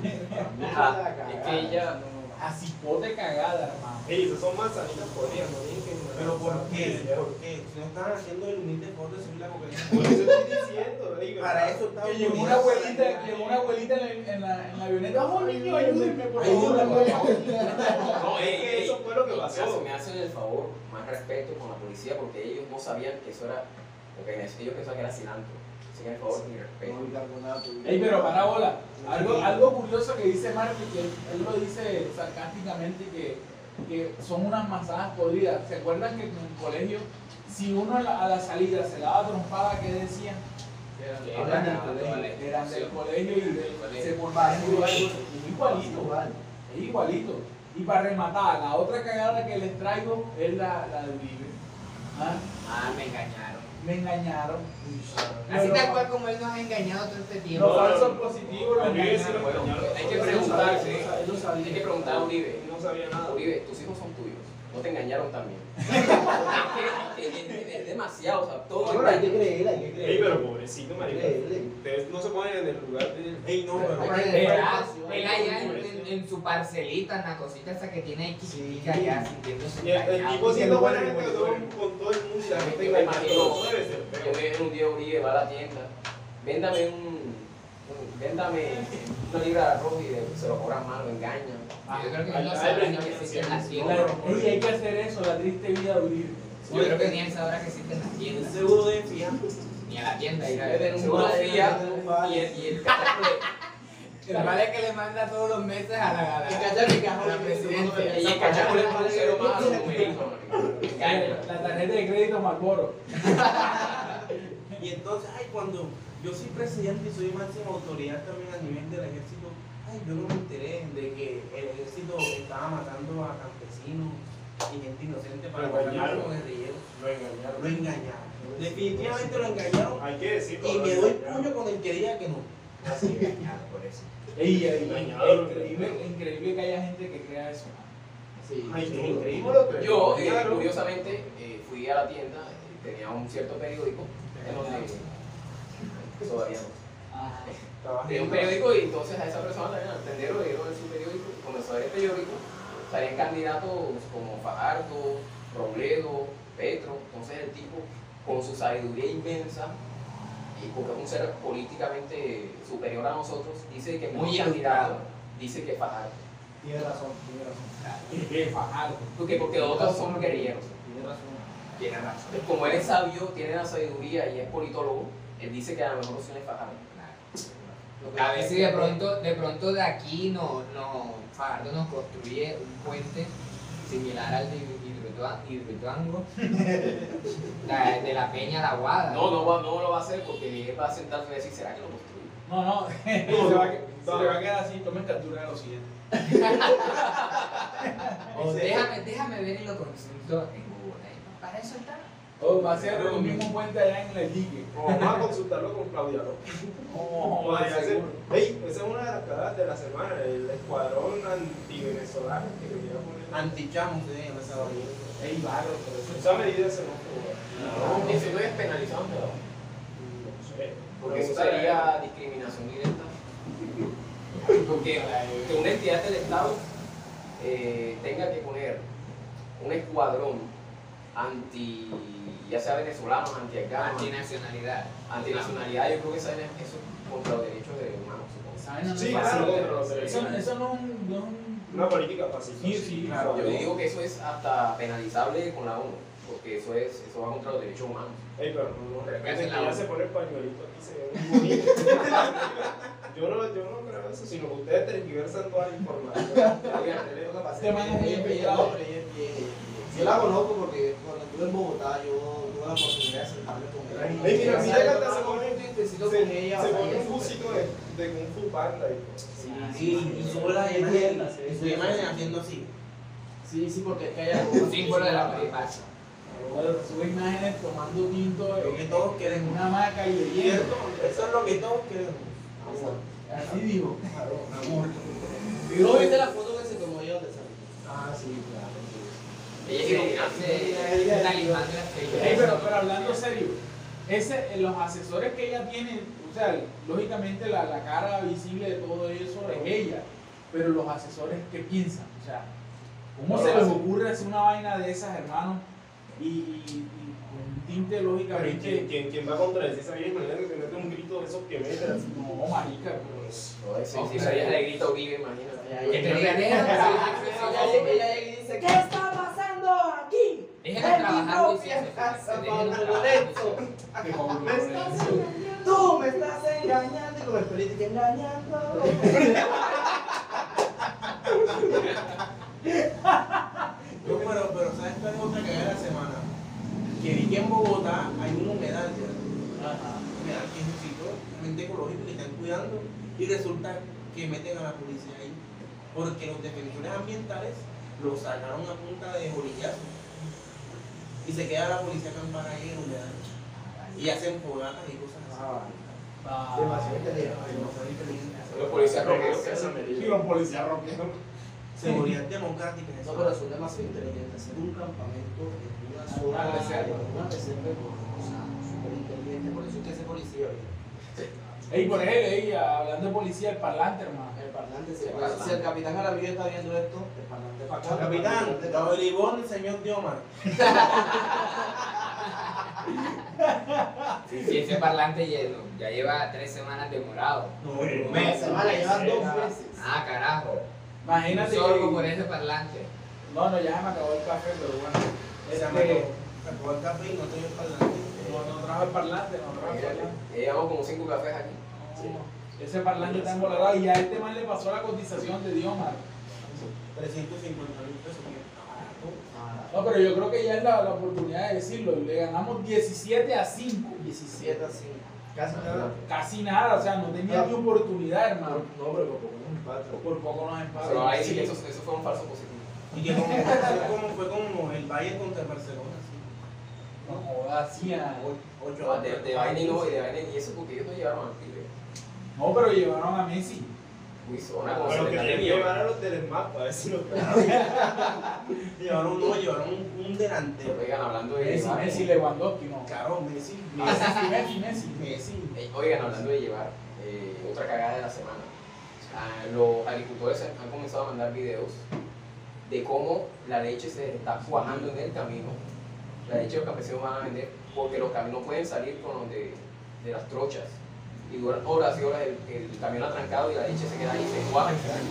del
Ah, es que ella.
A cipote cagada, hermano.
Ey, esos son manzanitas podrías, no tienen que ignorar.
Pero ¿por qué?
Dinero.
*laughs* ¿Por qué? Si no están haciendo el humilde favor de subir la cocaína.
Por eso estoy diciendo, digo.
*laughs* Para eso está
Que llegó una abuelita, llegó una abuelita en la, en la, en la avioneta. ¡Oh, niño, ayúdenme, por favor!
No, ey,
Es que
ey,
eso fue lo que
ey, me
pasó.
hacen- Me hacen el favor, más respeto con la policía porque ellos no sabían que eso era. Porque ellos pensaban que era cilantro. Así que el favor, mi respeto.
Ey, pero para bola, algo, algo curioso que dice Marco, que él, él lo dice sarcásticamente, que, que son unas manzanas podridas. ¿Se acuerdan que en el colegio, si uno a la, a la salida se daba trompada, ¿qué decían?
Que
Hablan del
nada, toda la
colegio, eran del
educación.
colegio y de-
colegio.
se burlaban de igualito, igualito, es igualito. Y para rematar, la otra cagada que les traigo es la, la de Uribe. Ah,
Ah, me engañaron.
Me engañaron.
Así
Pero-
tal cual como él nos ha engañado todo este tiempo.
Los
No, no,
falsos
no.
positivos, los
Uribe sí
engañaron.
lo engañaron.
Hay que
Eso
preguntarse.
no sabía, eso no sabía.
Hay que preguntar a Uribe.
No sabía nada.
Ah, Uribe, tus hijos son tuyos. No te engañaron *laughs* también. Es que- es que es demasiado, o sea, todo
Bueno, hay que
engaño.
creer, hay que
Ey,
creer.
pero pobrecito, marica.
Creerle.
Ustedes no se ponen en el lugar de. Ey, no, pero.
Hay que
Él
creer.
él allá en, en- en su parcelita, en la cosita esa que tiene X
Sí.
allá sintiéndose
Y el, el
engañado.
tipo
Y
siendo
el
buena
bueno,
gente
el
con todo,
bueno.
con todo el mundo, y la gente
Yo me
engañando,
imagino,
no debe ser
yo
feo.
me un día Uribe, va a la tienda, véndame un, un- véndame una libra de arroz y de- se lo cobran mal, lo engañan.
Yo creo que él
Al-
no
al-
sabrá ni
al-
que existen
Claro,
las tiendas.
ey, hay que hacer eso, la triste vida de Uribe.
Yo creo que ni él sabrá que existen las tiendas.
Seguro de fiar.
Ni a la tienda ir a ver.
Venden un
Seguro
dólar
que
fía
venden un vale.
y el, y el catastro de-
El vale que le manda todos los meses a la
Que
gala.
calla mi cajón,
La
que
presidencia.
seguro que
y el
calla.
cachaco le pone cero más a los numeritos, marico. Engañan.
La tarjeta de crédito Marlboro.
Y entonces, ay, cuando yo soy presidente y soy máxima autoridad también a nivel del ejército, ay, yo no me enteré de que el ejército estaba matando a campesinos y gente inocente para
Lo
matar a
engañaron.
los guerrilleros.
Lo engañaron.
Lo engañaron. Definitivamente lo engañaron.
Hay que decirlo.
Y
lo
me doy
engañaron.
puño con el que diga que no.
Así engañado por eso.
Ey, ey,
Engañado,
increíble, increíble que haya gente que crea eso.
Sí,
Ay, qué
seguro.
increíble lo que-
Yo, eh,
Claro.
curiosamente, eh, fui a la tienda, eh, tenía un cierto periódico, en donde todavía no.
Ah,
Tenía un periódico y entonces a esa persona también, al tendero, le dieron su periódico, comenzó a ver el periódico, salían candidatos como Fajardo, Robledo, Petro, entonces el tipo, con su sabiduría inmensa, y porque es un ser políticamente superior a nosotros, dice que
Muy
muy candidato, dice que Fajardo.
Tiene razón, tiene razón.
qué fajardo.
¿Por qué? Porque los otros son guerrilleros.
Tiene razón.
Tiene razón.
Entonces, como él es sabio, tiene la sabiduría y es politólogo, él dice que la mejor opción es Fajardo. Lo que-
A ver si de pronto, de pronto de aquí no, no, Fajardo nos construye un puente similar al de Hidroituango, la- de la Peña a la Guada.
No, no, va- no lo va a hacer porque él va a sentarse y va a decir, ¿será que lo construye?
No, no, se, va, a que- se va a quedar así. Tomen captura de lo siguiente.
O déjame, déjame ver y lo consulto en Google. ¿eh? Para eso está.
O va a ser el mismo puente allá en la ligue.
O vamos a consultarlo con Claudia, ¿no?
Oh,
Podría ser.
seguro.
Ey, esa es una de las cagadas de la semana, el escuadrón anti-venezolano que quería poner.
Antichamo se llama esa vaina.
Ey, barro,
Esa medida se nos jugó.
Eso no es penalizado, pero.
No sé.
Porque
No
eso
sé.
sería discriminación directa. Porque que una entidad del Estado eh, tenga que poner un escuadrón anti, ya sea venezolanos, anti
Antinacionalidad.
antinacionalidad, yo creo que esa vaina- eso es contra los derechos de humanos, supongo.
¿Saben dónde
Sí,
pasa?
claro,
Eso-
pero-
eso, eso no es un. No es un-
Una política pacifista.
Sí, sí, claro.
Yo digo que eso es hasta penalizable con la ONU, porque eso, es, eso va contra los derechos humanos.
Ey, pero no, no,
Pero
recuerden
es la
que ya
ONU.
se pone el pañuelito aquí, se ve muy bonito. *laughs* yo, no, yo no creo eso, sino que ustedes tergiversan toda la información.
Oigan,
Este man es bien pillado.
Hombre, ella es bien- Yo la conozco porque cuando estuve en Bogotá yo tuve la oportunidad de sentarme con ella.
Ey, mira, mira que
Sabe,
hasta se
tomaba
pone-
un tintercito
Se,
con ella,
se
o sea, ella
pone un
es súper-
músico de, de Kung Fu Panda y pues,
Sí, y sube las imágenes, y su imagen haciendo así.
Sí, sí, porque es que hay algo.
Un símbolo de la paz.
Bueno, Sube imágenes tomando tinto
Lo que
en
todos queremos.
una hamaca y bebiendo.
¿Cierto? Eso es lo que todos queremos.
Así dijo.
¿Y no viste la foto que se tomó ella donde salió?
Ah, sí, claro.
Ella es iluminante.
Ese talismán de las
Ey, pero, pero hablando serio, ese, eh, los asesores que ella tiene, o sea, lógicamente la, la cara visible de todo eso es ella, pero los asesores, ¿qué piensan? O sea, ¿cómo
No
se
lo
les
hacen.
ocurre hacer una vaina de esas, hermanos? Y, y- y con un tinte
Pero ¿y quién,
lógicamente,
quién, quién va a contradecir esa vieja? Imagínate que te mete un grito de esos que metes. así.
no, marica, pero
*laughs*
es-
No, es- si esa vieja le grita Uribe, imagínate.
Que te digan, "Eh,
Ella llega y dice, ¿qué está pasando aquí?
Dejen de trabajar,
mi
dice eso.
propia casa,
Dejen de
Pablo
trabajar,
Lorenzo.
dice eso.
que Pablo
Me estás
Lorenzo-
engañando. Tú me estás engañando y con el político engañando.
No, pero, pero ¿sabes cuál es otra cagada de la semana? Que vi que en Bogotá hay un humedal ya. Humedal que es un sitio realmente ecológico que están cuidando y resulta que meten a la policía ahí. Porque los defensores ambientales los sacaron a punta de bolillazos. Y se queda la policía acampada ahí en el humedal. Y hacen fogatas y cosas
Demasiado
así.
inteligente.
Ay, no, son inteligentes.
Los policías
Pero
roqueros.
creo que esa medida-
Sí, los policías roqueros.
Seguridad democrática.
No, pero son demasiado inteligentes. Hacer un campamento en una zona,
Una reserva.
una reserva ecológica, súper inteligente. Por eso es que ese policía, oye,
Ey, por ejemplo, ey, hablando de policía, el parlante, hermano.
el parlante, si el,
Parlante.
si el capitán Jaramillo está viendo esto, el parlante para acá.
Capitán,
el parlante pa'
la
acá.
bribón del señor Diomar.
Sí, sí, ese parlante lleno. Ya lleva tres semanas demorado.
No,
Una semana, llevan dos meses.
Ah, carajo.
Imagínate.
Solo
que-
por ese parlante.
No, no, ya se me acabó el café, pero bueno.
Se
Este,
me acabó- me acabó el café y no estoy parlante.
no, no trajo el parlante, no trajo el
Imagínate.
parlante.
Ya llevamos eh, como cinco cafés aquí.
No, Ese parlante está embolatado y a este man le pasó la cotización de Diomar.
350 mil pesos. que está barato.
Ah,
No, pero yo creo que ya es la, la oportunidad de decirlo. Le ganamos 17 a 5.
17 así. Casi nada.
Casi nada, o sea, no tenía ni oportunidad, hermano.
No, pero como un empate.
Por poco nos
Pero ahí sí, eso,
empatamos.
eso fue un falso positivo.
Y que como, fue como- fue como el Valle contra el Barcelona.
No jodas, sí, ah.
No, de, de eh. vaina y no, y de vaina y eso porque ellos no llevaron al pibe.
No, pero llevaron a Messi.
Luisona, como
Pero que
secretario.
tienen que llevar a los del mapa, a ver si lo pegan.
Llevaron uno, llevaron un, un
Pero,
delantero.
Oigan, hablando de
Messi,
llevar.
Messi, Lewandowski, no.
Claro, Messi. Messi.
Messi, Messi, Messi.
Messi.
Eh, Oigan, hablando de llevar, eh, otra cagada de la semana. Ah, los agricultores han comenzado a mandar videos de cómo la leche se está cuajando en el camino. La leche los campesinos van a vender porque los caminos pueden salir con los de, de las trochas. Y duran horas y horas el, el camión atrancado y la leche se queda ahí, se cuaja. y se daña.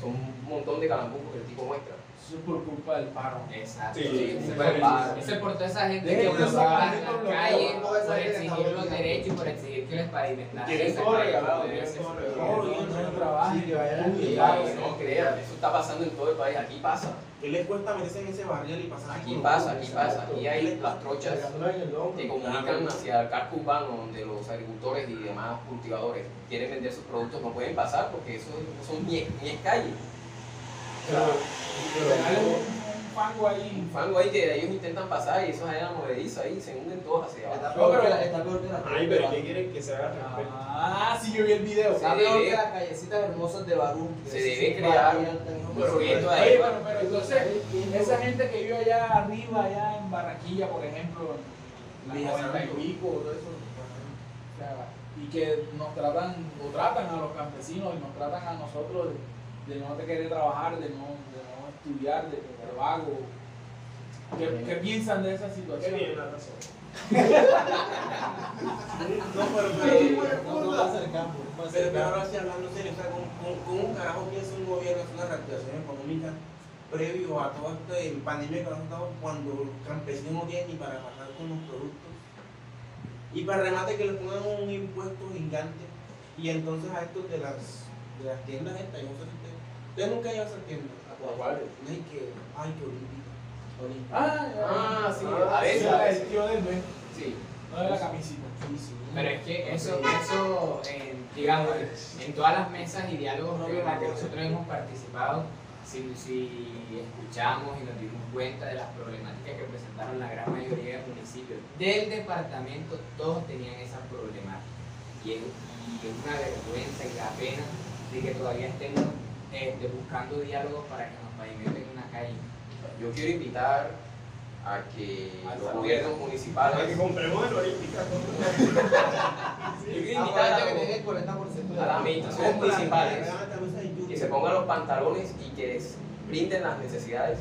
Son un montón de calambujos que el tipo muestra.
Eso es por culpa del paro.
Exacto.
Sí,
Sí,
sí,
fue
sí.
padre. Eso es por toda esa gente
Dejen
que
de
ocupa
sacar
las
de
calles
todo lo que-
por
todo esa gente
exigir los
está
derechos y por exigir que les paguen.
Tienen todo regalado, tienen todo regalado.
No, no, no trabajen,
Sí, que vayan a
estudien,
estudiar,
hagan.
Y no crean, eso está pasando en todo el país. Aquí pasa,
¿Qué les cuesta meterse en ese barrio y pasar
aquí
por-
pasa, aquí pasa. Aquí hay las trochas que comunican hacia el casco urbano donde los agricultores y demás cultivadores quieren vender sus productos no pueden pasar porque eso son 10 calles.
Pero,
Regalan
pero,
un fango ahí.
Un fango ahí que ellos intentan pasar y eso genera movedizo ahí, se hunden todos hacia abajo.
Está peor que la, está peor que la
Ay, pero ¿qué quieren que se haga al respecto?
Ah, sí, yo vi el video.
Sí.
Está peor que las callecitas hermosas de Barú. que
Se
sí
debe
son
crear
variantes, ¿no?
un
Pero-
proyecto ahí.
Oye, bueno, pero entonces, esa gente que vive allá arriba, allá en Barranquilla, por ejemplo, en la
Villa
90 y
Santo.
pico, todo eso, o sea, y que nos tratan, o tratan a los campesinos, y nos tratan a nosotros de, de no te querer trabajar, de no, de no estudiar, de ser vago. ¿Qué, qué piensan de esa
¿Qué
situación?
tienen la razón?
No, pero,
Sí,
pero,
no, no va a ser campo, no va a
pero,
ser
pero
campo.
ahora sí hablando en serio, o sea, ¿cómo, cómo, cómo un carajo piensa un gobierno hacer una reactivación económica previo a todo este pandemia que nos ha estado cuando los campesinos no tienen ni para pasar con los productos? Y para remate que les pongan un impuesto gigante y entonces a estos de las, de las tiendas estas, yo no sé si ustedes, ustedes nunca han ido a esas tiendas.
¿A cuáles?
Ay, que, ay, que olímpica. Olímpica.
Ah,
Ah, sí,
Ah,
a
sí,
veces.
la del tío del mes,
Sí.
no de la camisita.
Pero es que eso, eso en, digamos, en todas las mesas y diálogos que- en las que nosotros hemos participado, si, si escuchamos y nos dimos cuenta de las problemáticas que presentaron la gran mayoría de municipios del departamento, todos tenían esas problemáticas. Y es, y es una vergüenza y da pena de que todavía estemos este, buscando diálogos para que nos pavimenten una calle.
Yo quiero invitar a que
Al
los
salón.
gobiernos
Para que
municipales.
compremos el Olímpica.
Yo quiero invitar
Aparte
a,
que tenés el 40% de
a las administraciones
Compra,
municipales
regala cabeza de yuca.
que se pongan los pantalones y que les brinden las necesidades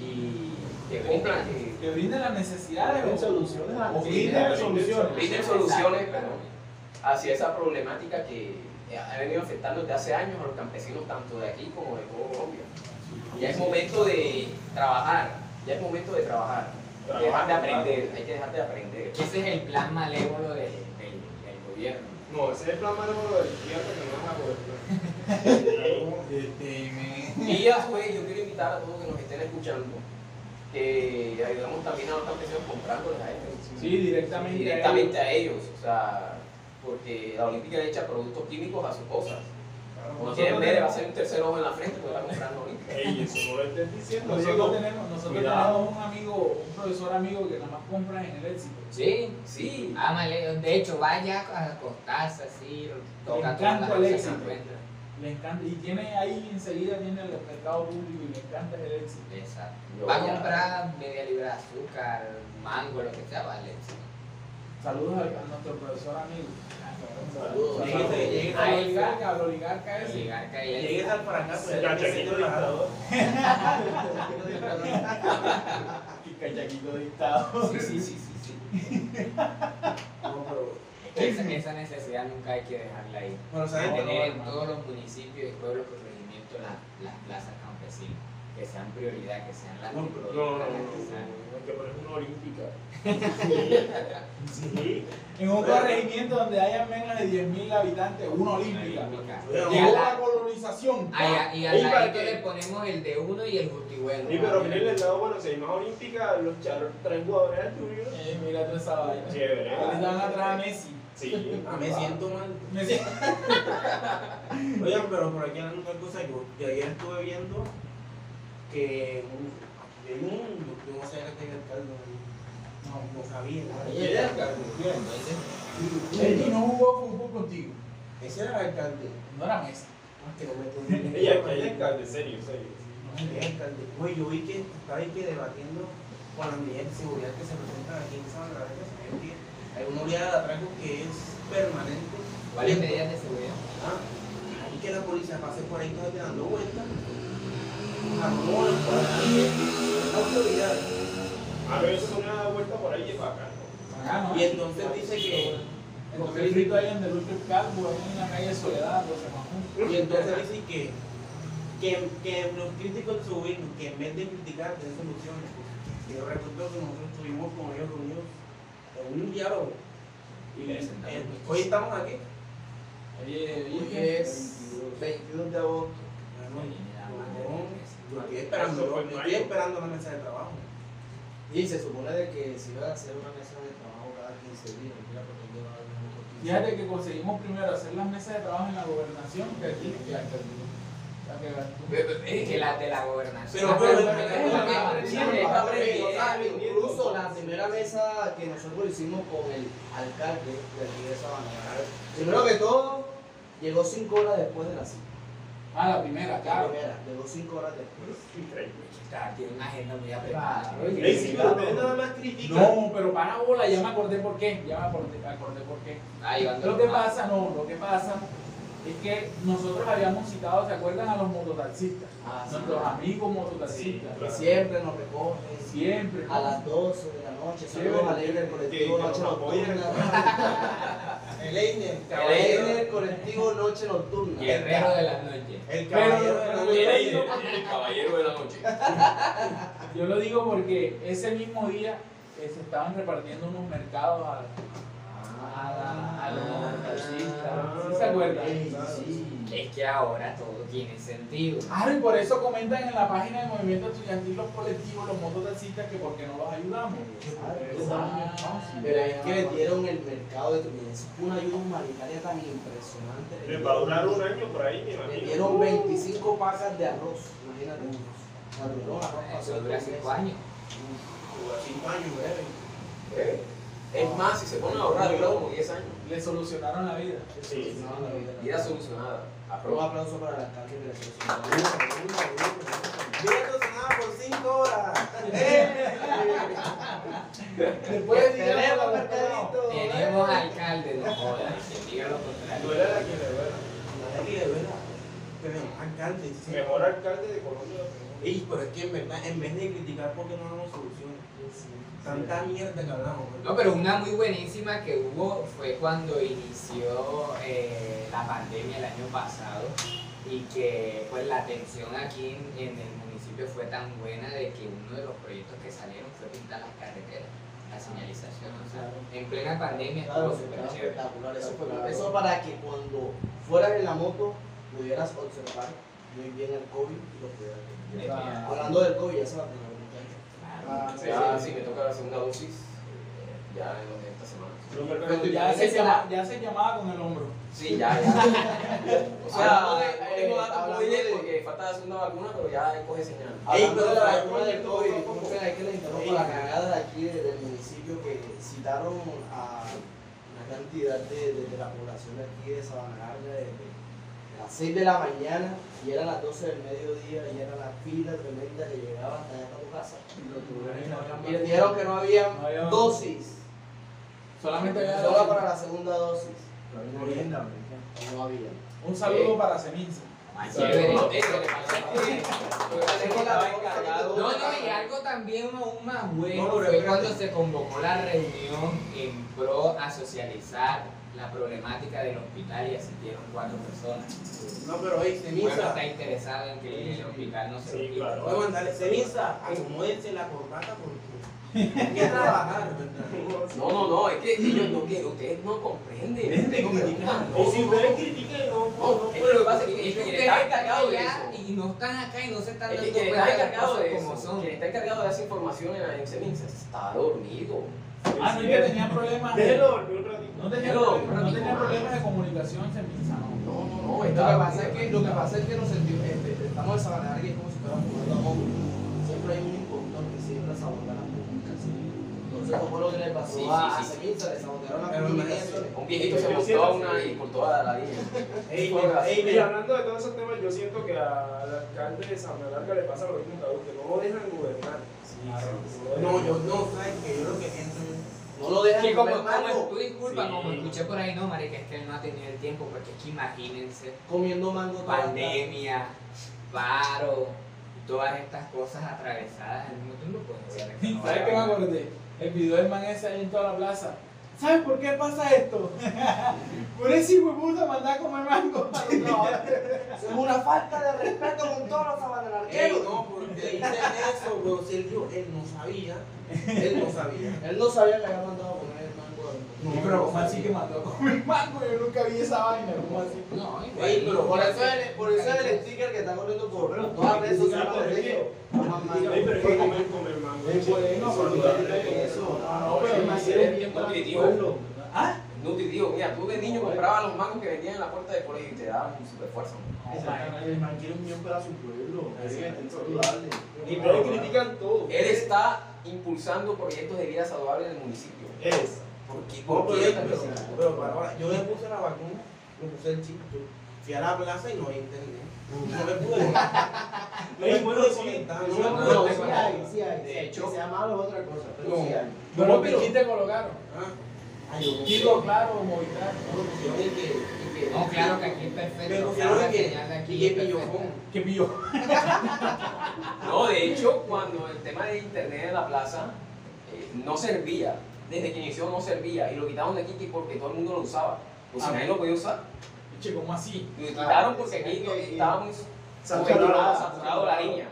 y que cumplan, que
Que brinden las necesidades. o-
soluciones a
o
las
brinden
necesidades.
soluciones.
brinden soluciones pero hacia esa problemática que ha venido afectando desde hace años a los campesinos tanto de aquí como de todo Colombia. Ya es momento de trabajar, ya es momento de trabajar. Hay que dejar de aprender, hay que dejar de aprender.
Ese es el plan malévolo de- del- del gobierno.
No, ese es el plan malo de la izquierda que no es la cobertura.
Y a su vez, yo quiero invitar a todos que nos estén escuchando que ayudemos también a los campesinos comprándoles a ellos.
Sí, directamente.
directamente a ellos, o sea, porque la Olímpica le echa productos químicos a sus cosas. Como quieren ver, le va a hacer un tercer ojo en la frente porque está comprando Olímpica.
Ey, eso no lo estés diciendo.
Nosotros,
eso no-
tenemos, nosotros
Cuidado.
tenemos un amigo, un profesor amigo que nada más compra en el éxito.
Sí.
Sí,
Ámale, de hecho, vaya a acostarse así, toca
encanta
todas las
el
cosas que
éxito.
encuentra.
Le encanta. Y tiene ahí enseguida tiene el mercado público y le encanta el éxito.
Exacto.
Yo
Va a
ya-
comprar media libra de azúcar, mango, lo que sea, vale.
Saludos al- a, nuestro profesor amigo.
Saludos.
Saludos.
Llegué, llegué.
Al oligarca, al oligarca
El
ese.
oligarca y el-
Llegues al para acá, pero
pues, Ya,
ya te
Chaquito
siento
dictador.
Y callaquito dictado.
sí, sí, sí, sí, sí.
No, pero,
Esa, esa necesidad nunca hay que dejarla ahí.
pero
Hay
¿saben
que
qué?
No, no,
tener en
hermano.
todos los municipios y pueblos y corregimientos la- las plazas campesinas, que sean prioridad, que sean las
No,
tipologías,
No, no, no, no,
que sean-
no, hay que poner una olímpica. Sí. Sí.
En un corregimiento donde haya menos de 10.000 habitantes, una olímpica.
Olímpica.
Pero-
Y
Llegó
al
la
la-
colonización.
ay, a- y
Ey,
al
para
ladito
que-
le ponemos el de uno y el justibuelo.
Sí, pero miren el lado bueno, si hay más olímpica, los charros traen jugadores al tuyo.
Eh, mira toda esa vaina.
Chévere.
Ahorita van a traer a Messi.
Sí.
Ah, me siento mal.
Messi.
Oigan, pero por aquí hablando otra cosa, yo que ayer estuve viendo que un- el mundo, yo no sabía que tenía el caldo, no, no sabía.
Oye, ya, Carlos, bien, entonces,
Messi no jugó fútbol contigo.
Ese era el alcalde.
No era Messi.
Ah, que no me
Y aquí hay alcalde, serio, serio.
El alcalde. Oye, yo vi que estaba ahí que debatiendo con las medidas de seguridad que se presentan aquí en San Andrés, que se ve que hay una oleada de atracos que es permanente.
¿Cuáles medidas de seguridad?
Ah, ahí que la policía pase por ahí todavía dando vueltas. Armón, por ahí, autoridad.
A ver, Ah, eso una vuelta por ahí y para acá.
Acá Ah, no.
Y entonces dice que,
El conflicto ahí en el último Calvo, ahí en la calle Soledad, José Majón.
y entonces dice que, que, que los críticos de su gobierno, que en vez de criticar, tener soluciones. Y yo recuerdo que nosotros estuvimos con ellos reunidos en un diálogo. Y
Le sentamos.
eh, hoy estamos aquí.
Oye,
hoy
oye.
es 22 de agosto.
Yo estoy esperando, yo estoy esperando la mesa de trabajo.
Y se supone de que si va a hacer una mesa de trabajo cada 15 días, mira, porque va a haber un poquito.
Fíjate que conseguimos primero hacer las mesas de trabajo en la gobernación que aquí. que aquí.
que las de la gobernación.
Pero, pero, pero,
la
pero,
misma,
pero,
¿sabes?
Está
pero, pero,
aprendiendo,
pero,
¿sabes?
pero,
Incluso la primera mesa que nosotros hicimos con el alcalde de aquí de Sabana. ¿verdad? Primero que todo, llegó cinco horas después de la cita.
Ah, la primera,
La
claro.
primera, llegó cinco horas después.
Está, Tiene una agenda muy apretada.
Claro,
Oye,
Ey, sí,
sí,
pero ustedes nada más critican.
No, pero para bola, ya me acordé por qué. Ya me acordé, acordé por qué.
va llevando
Lo que
más.
pasa, no, lo que pasa es que nosotros habíamos citado, ¿se acuerdan? A los mototaxistas,
Ah, sí.
nuestros amigos mototaxistas.
Que siempre nos recogen.
Siempre.
A las 12 de la noche,
Sí,
saludos a
que-
Leiner
que
Colectivo
nos
Noche
apoyen.
Nocturna.
El Einer,
Leiner Colectivo Noche Nocturna.
Y el rejo de las noches.
El
Pero,
caballero de
pero yo,
la noche.
lo digo,
El caballero de la noche.
yo lo digo porque ese mismo día eh, se estaban repartiendo unos mercados a, a la- a los
Ah,
mototaxistas. ¿Sí se acuerdan?
Ey, sí.
Es que ahora todo tiene sentido.
Ah, y por eso comentan en la página del movimiento estudiantil los colectivos, los mototaxistas, que porque no los ayudamos.
Ah, Pero es que vendieron el mercado de comida. Es una ayuda humanitaria tan impresionante.
Les va a durar un año por ahí, me imagino.
Vendieron 25 pacas de arroz. Imagínate. Maduró arroz para
Eso
hacer
dura
tres
cinco
meses.
años.
Cinco años, ¿eh?
Eh, Es más, si se ponen a ahorrar, dura como 10 años.
Le solucionaron la vida.
Sí, sí.
No, la vida, la
Vida
vida.
solucionada.
Un
Aproba.
aplauso para el alcalde que le solucionó.
Yo sonaba por cinco horas.
Después de
Tenemos mercadito.
Tenemos alcalde, no jodas, que diga lo contrario.
Duela la que le duela.
Nadie le duela. Tenemos alcaldes. sí.
Mejor alcalde de Colombia.
Ey, pero es que en verdad, en vez de criticar, ¿por qué no damos soluciones? Tanta mierda que hablamos, güey.
No, pero una muy buenísima que hubo fue cuando inició eh, la pandemia el año pasado y que pues la atención aquí en, en el municipio fue tan buena de que uno de los proyectos que salieron fue pintar las carreteras, la señalización, o sea, en plena pandemia
Claro,
estuvo
sí,
súper
claro,
chévere.
espectacular. Eso, fue-
Claro.
eso para que cuando fueras en la moto pudieras observar muy bien el COVID y lo pudieras ver.
De
Claro.
Hablando del COVID, ya se va a tener un
claro.
Sí, ah, sí, me toca la segunda dosis eh, ya en los- esta semana.
Pero
Ya se, llama- ya se llamaba con el hombro.
Sí, ya, ya.
*laughs*
O sea, no, te- no tengo
Ah, eh,
datos
hablando
muy bien
de-
porque falta la segunda vacuna, pero ya coge señal.
Hablando de
pero
la
la
vacuna del
vacuna,
COVID,
¿cómo?
disculpen, hay que le interrumpa
Ey.
la cagada de aquí de- del municipio que citaron a una cantidad de, de- de la población de aquí de Sabana Larga desde las 6 de la mañana y eran las 12 del mediodía y era la fila tremenda que llegaba hasta allá hasta tu casa. Y les dijeron que no
No había-
había dosis,
Solamente había
solo para la segunda dosis. No había.
Un saludo para Seminza.
Más
Claro.
chévere.
No, eso, lo que pasa es que- lo que pasa es que estaba encargado-
No, no, y algo también aún más bueno
No, pero
fue
espérate.
cuando se convocó la reunión en pro a socializar la problemática del hospital y asistieron cuatro personas.
No, pero hey,
El pueblo
Semisa.
está interesado en que el hospital no se
Sí,
olvide.
claro.
Voy a mandarle Semisa. Acomódense la corbata porque hay que trabajar, ¿verdad?
No, no, no, es que ellos no, que ustedes no comprenden. Ustedes no critican.
O si ustedes critican, no, no, no
Es que Oh, lo que pasa es que
Es que
quien
ustedes
está
están
encargado de
allá
eso.
y no están acá y no se están
Es que
dando
quien está
cuenta de las
encargado de
cosas como
eso,
son.
quien está encargado de esa información en la en Seminsa, está dormido.
Ah, no, y que tenía problemas.
Déjelo dormir un ratito.
No tenía,
Hello,
no tenía
Francisco.
problemas de comunicación Seminza, no.
No, no, no,
Lo que
está
pasa es que, lo que, pasa es que nos sentimos, este, estamos en Sabana Larga y es como si fuéramos jugando a Mongo. Siempre hay un impostor que siempre sabota la comunicación. Entonces, como lo que le pasó
Sí, sí,
a,
sí.
a Seminza, le sabotearon la
Pero no me
comunicación.
Un viejito se montó a una y por toda la línea.
Ey,
Hola.
ey,
Y
ey.
hablando de todos esos temas, yo siento que a- al alcalde de San Larga le pasa lo mismo que a usted, no lo dejan gobernar.
No, yo no, sabes que yo lo que entro
No lo dejan
Que como,
comer
como-
mango.
tú disculpa,
Sí.
como escuché por ahí, no, marica, es que él no ha tenido el tiempo, porque es que imagínense,
Comiendo mango toda la tarde.
pandemia, paro, todas estas cosas atravesadas al mismo tiempo, pues, ya que no
¿Sabes
va
qué me
a-
acordé? El video del man ese ahí en toda la plaza. ¿Sabes por qué pasa esto? por ese hijo de puta mandar a comer mango.
Eso es una falta de respeto con todos los
Ey,
sabanalargueros.
no, porque dicen eso, bro. Sergio, él no sabía. Él no sabía.
*laughs* Él no sabía que había mandado a comer el mango.
No,
pero ¿cómo así que mandó a comer mango? Yo nunca vi esa vaina. ¿Cómo así?
No, igual.
Ey, pero
Por eso, es el, por eso es el sticker que está corriendo por todas las redes sociales. de Mamá mango.
Ey, pero es que comer, comer mango.
Eh, pues, no,
Saludable.
pero- No, no, pero me
No,
hicieron bien
no,
para el
crítico.
pueblo. ¿Ah?
Nutri digo, mira, tú de niño comprabas los mangos que vendían en la puerta del colegio y te daban un super fuerza.
El man quiere un bien para su pueblo.
Sí,
oiga,
sí.
tan saludable.
Y pero critican todo.
Él está impulsando proyectos de vida saludable en el municipio.
Es.
¿Por qué?
No,
¿Por
pero,
qué
yo-
esta
pero,
persona?
pero para ahora, yo le puse la vacuna, le puse el chip, yo fui a la plaza y no había internet. No me
*laughs*
pude. No me pude desconectar, no me
No,
pude
no, sí
desconectar.
hay, sí hay.
De
sí hay.
hecho-
que sea malo es otra cosa, pero
No.
sí hay.
No,
No,
los
pero-
piquitos colocaron.
Ah, ay, yo
Pico claro, movilidad.
Me pusieron el que. el que-
No, claro que aquí es perfecto.
Me
claro,
pusieron el que.
señal de
Y
aquí
que
es perfecta.
pillofón.
Que pilló.
No, de hecho, cuando el tema de internet en la plaza eh, no servía, desde que inició no servía, y lo quitaron de aquí porque todo el mundo lo usaba. Pues si
Ah.
nadie lo podía usar,
Che, ¿cómo así?
lo
Ah,
quitaron porque
sí,
aquí
que- que-
estábamos
Saturado,
saturados, saturado la línea.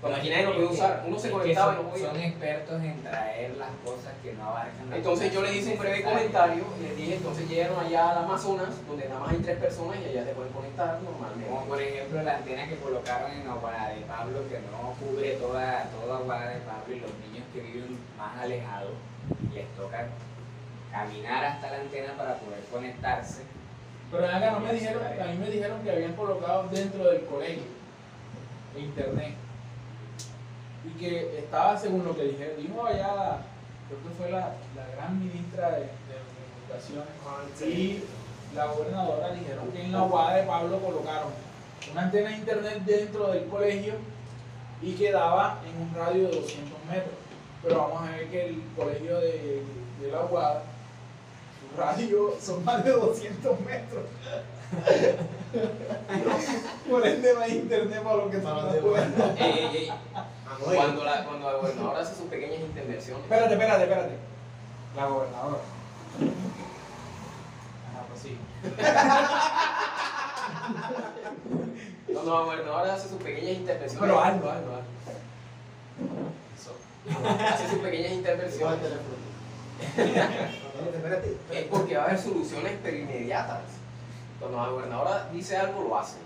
Cuando aquí nadie lo podía usar, uno se
Es que
conectaba y
son-
no podía.
Son expertos en traer las cosas que no abarcan. la
Entonces yo
población
les hice un breve
necesaria.
comentario, les dije, entonces llegaron allá al Amazonas, donde nada más hay tres personas y allá se pueden conectar
Como
normalmente.
por ejemplo la antena que colocaron en Aguada de Pablo, que no cubre toda, toda Aguada de Pablo y los niños que viven más alejados les toca caminar hasta la antena para poder conectarse.
Pero ven acá, no me dijeron, a mí me dijeron que habían colocado dentro del colegio internet. Y que estaba, según lo que dije, dijo allá, la- creo que fue la, la gran ministra de, de Educación
Ah,
y la gobernadora dijeron que en la guada de Pablo colocaron una antena de internet dentro del colegio y quedaba en un radio de 200 metros. Pero vamos a ver que el colegio de, de la guada, su radio son más de 200 metros. Por ende no hay internet para lo que
Para
están
los de
afuera.
Eh, eh, eh,
Ah, no,
cuando, la, cuando la gobernadora hace sus pequeñas intervenciones,
Espérate, espérate, espérate. La gobernadora. Ajá, pues sí.
*laughs* cuando la gobernadora hace sus pequeñas intervenciones,
Pero algo, algo, algo.
hace sus
Se va
pequeñas
el
intervenciones,
teléfono.
Espérate,
es
Eh,
espérate.
porque va a haber soluciones pero inmediatas. Cuando la gobernadora dice algo, lo hace.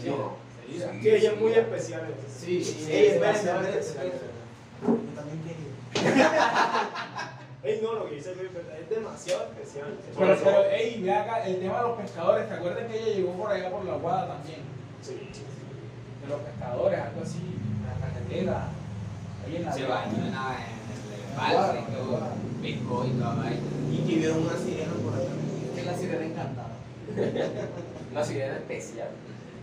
¿Sí o no? Sí,
Que ella es muy
sí.
especial. entonces.
Sí, sí,
Ey,
se va a
espérate,
hacer
espérate,
especial.
espérate. Yo también quería.
Ey, no, lo que dice Luis Fernández es demasiado especial.
Pero, pero, ey, ve acá, el tema de los pescadores, ¿te acuerdas que ella llegó por allá por la guada también?
Sí, sí.
De los pescadores, algo así, en la carretera, ahí en la
Se
guada.
bañó en la- en el
Aguada,
embalse y todo,
Aguada.
pescó y toda vaina.
Y que vieron una sirena por allá.
Que la sirena encantada.
Una sirena especial.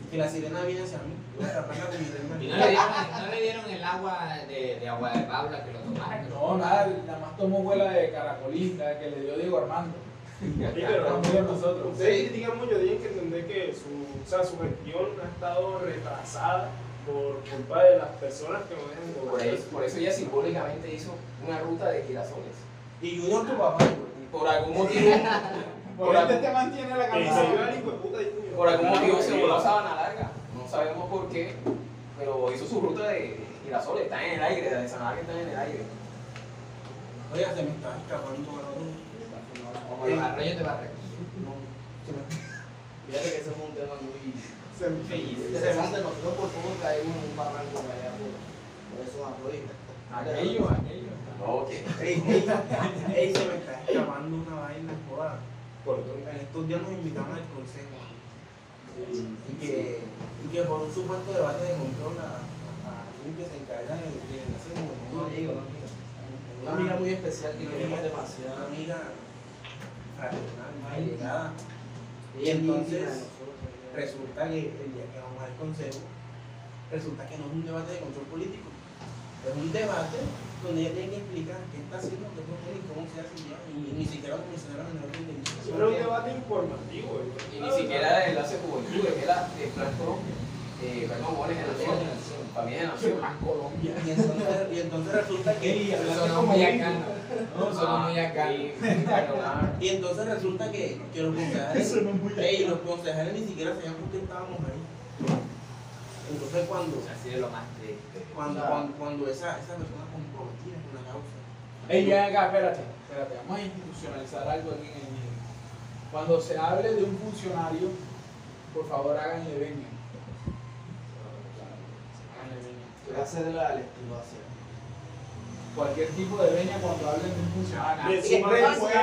Y que la sirena viene hacia mí. Yo me tapé la
Y no
sirena.
le dieron, no le dieron el agua de, de Agua de Pablo a que lo tomara. que lo-
No, nada, nada más tomó vuela de caracolista que le dio Diego Armando.
Sí, pero
Amigo de nosotros.
ustedes critican mucho, tienen que entender que su, o sea, su gestión ha estado retrasada por culpa de las personas que no dejan
Por
gobernar.
eso, por eso ella simbólicamente hizo una ruta de girasoles.
Y Junior, tu papá, güey.
Por algún motivo,
Por este te mantiene la
Que se iba
cabeza.
el hijo de puta y-
por algún motivo se voló a Sabana Larga. No sabemos por qué, pero hizo su ruta de girasoles. Está en el aire, la de Sabana Larga está en el aire.
Oiga, se me está escapando la luz.
Como los arroyos de Barranquilla.
No. Fíjate que ese es un tema muy
Se me-
interesante. Nosotros por poco caímos en un barranco allá por, por esos arroyos.
Aquello, aquello.
No, que
Ey, ey, ey, se me está escapando una vaina, joda.
Por todo.
En estos días nos invitaron al consejo. Y que, y que por un supuesto debate de control a, a alguien que se encarga de, de hacer como-
No digo, no digo. Una amiga muy especial que queremos
Una
demasiado.
amiga fraternal, más allegada.
Ella es muy íntima
Entonces,
de nosotros.
Resulta que el día que vamos al consejo, resulta que no es un debate de control político. Es un debate donde ella tiene que explicar qué está haciendo, qué propone y cómo se hace ya. Y ni siquiera comisionar a menor de
Eso era un
18.
debate informativo.
Y ni siquiera el enlace juventud, es que la de Plan Colombia. Eh, perdón, goles en acción. Para mí es en acción.
Y entonces, y entonces resulta que.
Ey, hablaste
Sonó
como
muy
gringo.
acá. No, sonó
Ah,
muy acá.
Y, y, perdón,
Y entonces resulta que, que los concejales,
Eso no es muy
ey, los concejales ni siquiera sabían por qué estábamos ahí. Entonces cuando,
Así es lo más triste.
cuando,
Claro.
cuando, cuando esa, esa persona comprometida con la causa.
Ey, ven acá, espérate, espérate, vamos a institucionalizar algo aquí en el medio. Cuando se hable de un funcionario, por favor háganle venir.
Gracias de la lectura hacia.
Cualquier tipo de veña cuando hablen de un funcionario.
De su madre,
Gracias.
pues,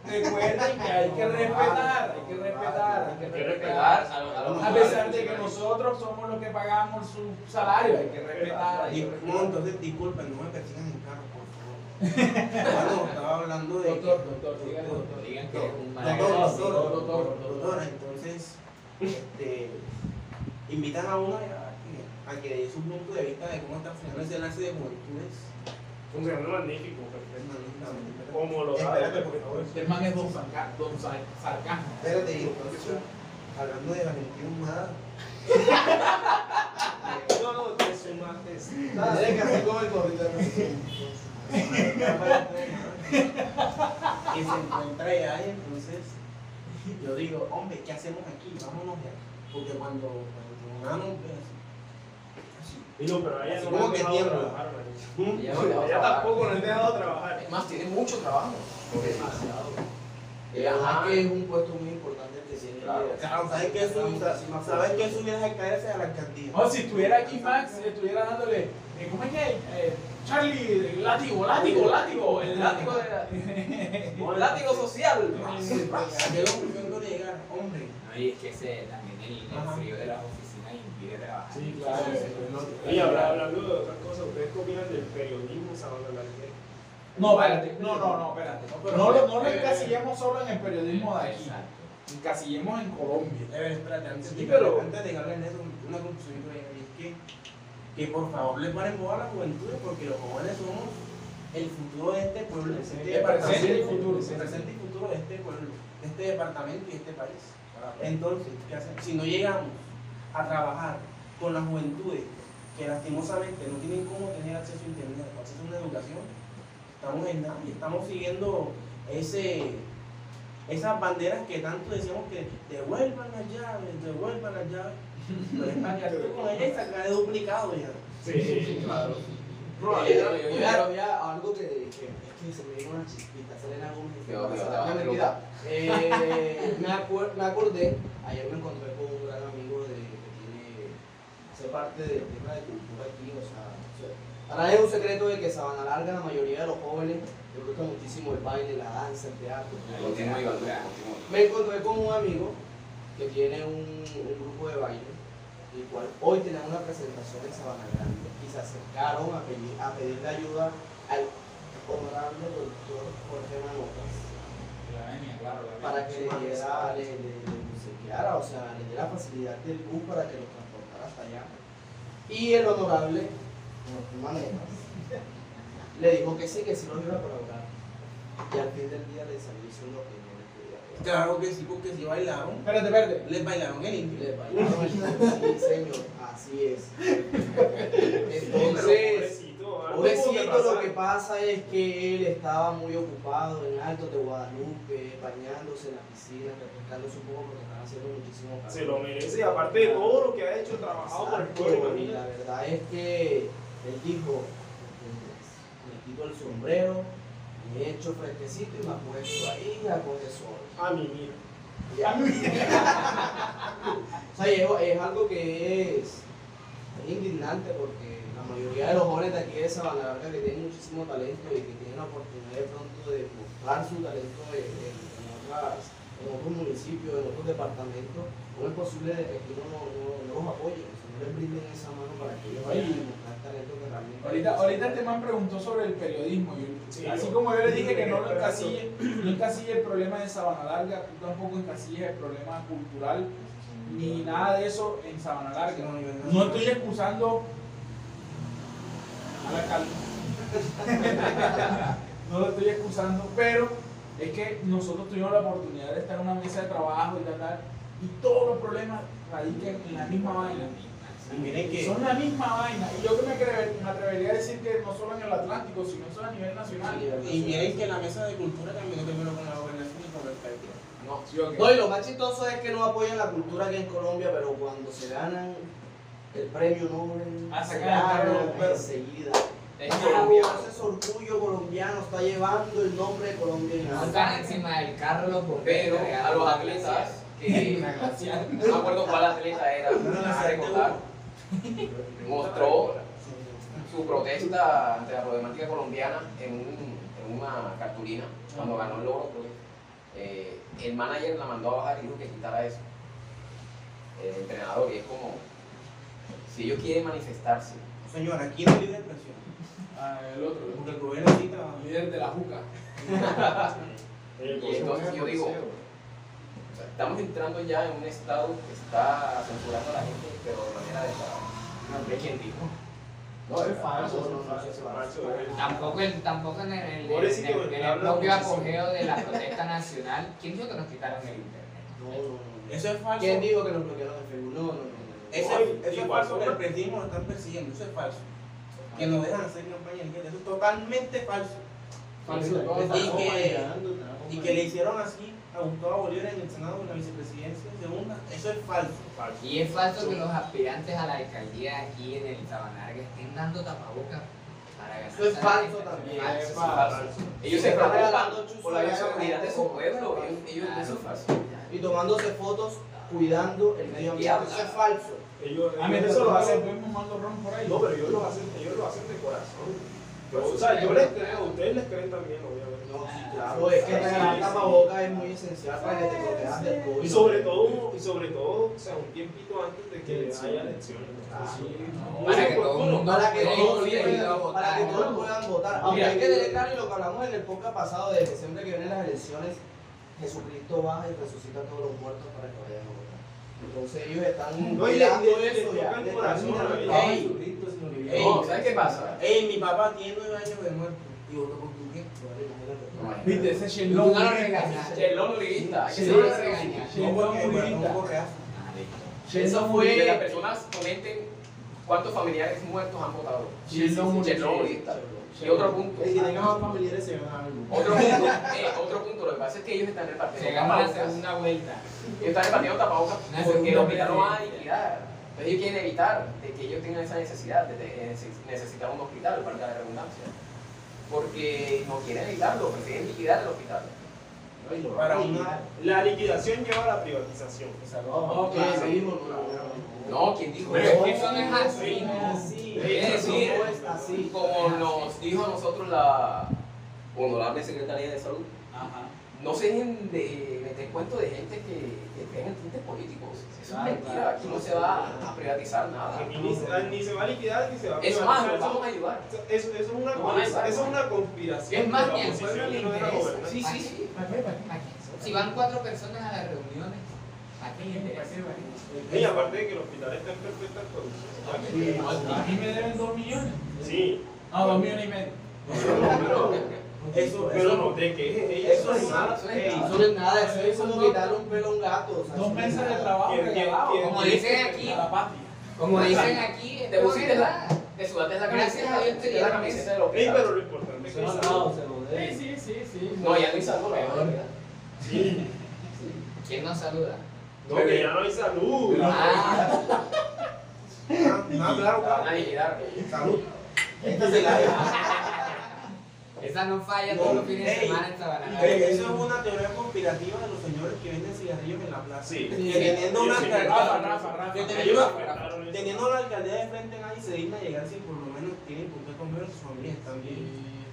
Recuerden que hay que respetar, hay que respetar, hay
Hay
que
que
respetar.
respetar a los, a los
A pesar de que nosotros somos los que pagamos su salario, hay que respetar. hay que
Dis-
respetar.
No, entonces disculpen, no me persigan en carro, por favor. Bueno, estaba hablando de.
Doctor, doctor, dígale,
Doctor,
doctor.
Digan que es un
Doctor,
maravilloso.
doctor,
doctor,
doctor,
doctor.
doctora, entonces, este, invitan a uno a, a que dé su punto de vista de cómo está funcionando ese enlace de juventudes.
Funcionó magnífico, perfecto.
Hermanita.
Como lo da.
Espérate, por favor.
El man es don Sarca- don Sar- sarcasmo.
Espérate, y entonces, hablando de Valentín Humada,
No, no, te sumaste.
Tiene que hacer como el corrido de los
que se encuentra allá y entonces yo digo, hombre, ¿qué hacemos aquí? Vámonos de aquí. Porque cuando, cuando ganamos,
Y no, pero a ella no
Supongo
la han
que
dejado
tiembla.
trabajar, marica.
Ya no le va a
Ella
trabajar.
tampoco la han dejado trabajar.
Es más, tiene mucho trabajo.
Demasiado.
Eh,
Ajá,
ajá,
que es un puesto muy importante que tiene.
Claro.
claro, ¿sabes qué subir? ¿Sabes qué subir es caerse a la alcaldía?
No, si estuviera aquí Max, estuviera dándole, eh, ¿cómo es que? Eh, Charlie, el látigo, látigo, látigo, el látigo de la...
Un látigo social.
Ah,
¿A qué conclusión no llegar? Hombre,
No, y es que ese, también el, el
Ajá.
frío de las oficinas impide trabajar.
Sí, claro. Y habla- hablando de otras cosas, ¿ustedes qué opinan del periodismo sabandalanquero?
No, espérate, no, no, no, espérate.
pero-
No, eh, lo- no lo encasillemos solo en el periodismo de aquí, Eh,
Exacto.
encasillemos en Colombia.
a ver, espérate, antes,
Sí,
de,
pero-
antes de llegar en eso, una conclusión que llegar y es que, que por favor le paren bola a la juventud porque los jóvenes somos el futuro de este pueblo, de este
El presente y
departamento,
futuro.
el presente y futuro de este pueblo, de este departamento y de este país. Entonces, ¿qué hacemos? Si no llegamos a trabajar con las juventudes que lastimosamente no tienen cómo tener acceso a internet, acceso a una educación, estamos en nada y estamos siguiendo ese, esas banderas que tanto decíamos que devuelvan las llaves, devuelvan las llaves. Pero es para que tú con ella y sacar de duplicado ya.
Sí, claro.
Eh,
Yo ya había algo que, que es que se me dio una chispita, Selena Gómez. que
Yo- yo
me
te
pasaba
vas a
la
tener
vida. Eh, me, acuer- me acordé, ayer me encontré con un gran amigo de, que tiene, hace parte del tema de cultura aquí, o sea, o sea, para nadie es un secreto de que Sabana Larga, la mayoría de los jóvenes, les gusta muchísimo el baile, la danza, el teatro.
Continúa, Iván, continúa.
Me encontré con un amigo que tiene un, un grupo de baile, el cual hoy tenía una presentación en Sabana Grande y se acercaron a, pedir, a pedirle ayuda al honorable doctor Jorge Manotas para que le diera, le, le, le obsequiara, o sea, le diera facilidad del bus para que lo transportara hasta allá. Y el honorable Jorge Manotas le dijo que sí, que sí lo iba a colaborar. Y al fin del día le salió diciendo que no le podía colaborar.
Claro que sí, porque si bailaron,
Espérate, espérate.
les bailaron en
Y
inglés.
le bailaron el sí, señor, así es. Entonces,
¿ah?
pobrecito, lo que pasa es que él estaba muy ocupado en Altos de Guadalupe, bañándose en la piscina, refrescándose un poco porque estaba haciendo muchísimo calor.
Se lo merece, y aparte de todo lo que ha hecho, trabajado por el pueblo,
Exacto, y la
imagínate.
verdad es que él dijo, "Pues, me quito el sombrero, me echo fresquecito y me acuesto ahí y a coger sol.
A mi mira.
Ya. o sea, y es, es algo que es, es indignante porque la mayoría de los jóvenes de aquí de Sabana Larga que tienen muchísimo talento y que tienen la oportunidad de pronto de mostrar su talento en, en- en otras- en otros municipios, en otros departamentos, no es posible de que aquí no, no- no los apoyen, o sea, no les brinden esa mano para que ellos vayan a demostrar talento que realmente
Ahorita, ahorita este man preguntó sobre el periodismo. y-
Sí,
así
yo-
como yo le dije que no
yo-
lo encasille, *clears throat* no encasille el problema de Sabana Larga, tú tampoco encasilles el problema cultural ni nada de eso en Sabana Larga.
No, yo
No estoy excusando a la calma. *laughs* no lo estoy excusando, pero es que nosotros tuvimos la oportunidad de estar en una mesa de trabajo y tal, tal, y todos los problemas radican en la misma vaina.
Y miren que
Son la misma vaina. Y yo que me, atrever- me atrevería a decir que no solo en el Atlántico, sino eso a nivel nacional.
Sí,
Y miren que la mesa de cultura también terminó con la gobernación y con el partido.
No, sí, ok.
No, y lo más chistoso es que no apoyan la cultura aquí en Colombia, pero cuando se ganan el premio Nobel,
Ah,
se
sacan el carro,
ganan
pero-
enseguida.
De
Es
hecho,
algo, ese orgullo colombiano está llevando el nombre de Colombia en
no
alto.
están encima del carro los bomberos
Pero a
regalan
los
una
atletas,
glacial.
que
Una glacial.
no me acuerdo cuál atleta era, a recordar, mostró su protesta ante la problemática colombiana en, un- en una cartulina cuando ganó el oro, creo que eh, el manager la mandó a bajar y dijo que quitara eso. El entrenador, y es como, si ellos quieren manifestarse,
Señor, aquí no hay libre expresión.
Ah, el otro, el
Porque el gobierno sí trabaja.
otro, líder de la juca.
y entonces yo digo, o sea, estamos entrando ya en un estado que está censurando a la gente, pero de manera descarada.
¿De quién dijo?
No, de
es
verdad.
falso,
no, no, no,
es falso.
Tampoco, el, tampoco en el, en el-
Pobrecito,
en el-
porque
en el
habla
propio
muchísimo.
apogeo de la protesta nacional. ¿Quién dijo que nos quitaron el internet?
No, no, no.
Eso es falso.
¿Quién dijo que nos bloquearon en Facebook? No, no, no. no.
Eso,
Hoy,
eso es
igual,
falso que
¿no?
el periodismo lo están persiguiendo, eso es falso. Que nos dejan hacer campaña indígena, eso es totalmente falso.
Falso, todo
Te están
Y que-
acompañando, te están
Y que le
acompañando.
hicieron así a Gustavo Bolívar en el Senado, en la vicepresidencia segunda, eso es falso.
Falso.
Y es falso que los aspirantes a la alcaldía aquí en el Sabanarga estén dando tapabocas para ganar.
Eso es
esa
falso
elección.
también.
Falso,
Es
sí,
falso.
falso.
Ellos
Se
se
está
preocupan
regalando chuzo
por la
allá
seguridad
con-
de su pueblo, ellos- ellos
Claro.
eso es falso.
Y tomándose fotos cuidando el medio ambiente. Eso es falso.
Ellos,
A mí
ellos
eso lo hacen, vemos mando ron por ahí.
No, pero ellos lo hacen, ellos lo hacen de corazón. Yo, o sea, yo les creo, ustedes les creen también, obviamente.
No, sí, claro. Es que regalar tapabocas es muy esencial para que te protejas del COVID.
Y sobre todo, y sobre todo, o sea, un tiempito antes de que haya elecciones. Pues,
Ah,
Sí.
no,
Muy
para que todo el
oportuno.
mundo
Para que
pueda
todos
ir
puedan-
a votar.
para que todos puedan votar. Aunque
Mira.
hay que delegar y lo que hablamos en el podcast pasado de que siempre que vienen las elecciones, Jesucristo baja y resucita a todos los muertos para que vayan a votar. Entonces ellos están
No, y le-
mirando
le- le
eso ya.
tocan
le están
corazón,
mirando
¿eh?
el trabajo de
Ey.
Jesucristo, sino que-
Ey,
No, ¿sabes qué pasa?
Ey, mi papá tiene nueve años de muerto. Y votó por tu qué?
ah,
Viste, ese
Y tú no
Shenlong.
lo regañas.
Chelón liguista, hay que
Sí,
ser
lo
más
regaña.
regañados.
No, porque
Shenlong
bueno, no
grita.
correazo.
Ah,
Eso
Shenlong
fue que las
grita.
personas comenten cuántos familiares muertos han votado.
Shenlong grita.
Chelón liguista. Y otro punto.
Y si tengan más familiares se van a ver.
Otro punto, eh, otro punto, lo que pasa es que ellos están
Se
repartiendo
gana la
tapabocas.
segunda vuelta.
Ellos están repartiendo tapabocas
Una
porque
segunda
los hospitales no van a
pelea.
liquidar. Entonces ellos quieren evitar de que ellos tengan esa necesidad de, de neces- necesitar un hospital, para la redundancia. Porque no quieren evitarlo, prefieren liquidar el hospital.
Para una.
La liquidación lleva a la privatización.
Ok,
claro.
seguimos.
No, ¿quién dijo
Pero
eso?
es que eso no es así.
así.
Es decir,
no es así.
Como nos dijo a nosotros la honorable secretaria de salud,
Ajá.
no se dejen de meter cuento de gente que, que creen en tintes políticos. Eso
Ah,
es
Claro,
mentira,
claro.
aquí no se va a privatizar nada.
Aquí ni, se- ni se va a liquidar ni se va a
ah, Es más, nos
privatizar. Eso,
vamos a ayudar.
eso- eso es una,
No, no,
eso es una conspiración.
Es más,
de la
ni al pueblo
oposición
le
y no de la
interesa.
gobernanza.
Sí, sí, sí.
Si van cuatro personas a las reuniones, ¿a quién le interesa?
Y aparte de que el hospital está en perfectas condiciones.
A mí me deben dos millones.
Sí,
No, dos millones y medio.
pero,
Eso,
pero no eh,
eso,
te quejes. ella
eso es
sabe.
nada.
Eso
Ey,
eh,
es nada.
eso no es nada, eso es como quitarle un pelo a un gato. o
Dos
sea, eso no es
meses de
nada.
trabajo
¿Quién- quién-
regalado.
quién-
Como dicen aquí,
A la patria.
como dicen aquí,
Te pusiste la,
verdad.
te sudaste la
Gracias
camiseta,
a Dios te
te la
dieron
camiseta del
Ey, pero
hospital.
lo importante es que
Eso no, se lo debe.
Sí, sí, sí, sí.
No, ya no hizo algo peor.
¿Quién nos saluda?
No, que ya no hay salud.
Ah,
Ah, ah,
Van
claro, claro.
a liquidar.
Salud.
Esta se la
esa no falla
No,
todos los fines de
ey,
semana en Sabanara.
Ey, Eso es una teoría conspirativa de los señores que venden cigarrillos en la plaza.
Sí.
Que teniendo una
Sí, sí.
Rafa,
alcaldía,
Rafa, Rafa.
que
Ellos
teniendo,
apretaron eso.
teniendo la alcaldía de frente nadie se digna llegar si por lo menos tienen por qué comer sus familias están bien.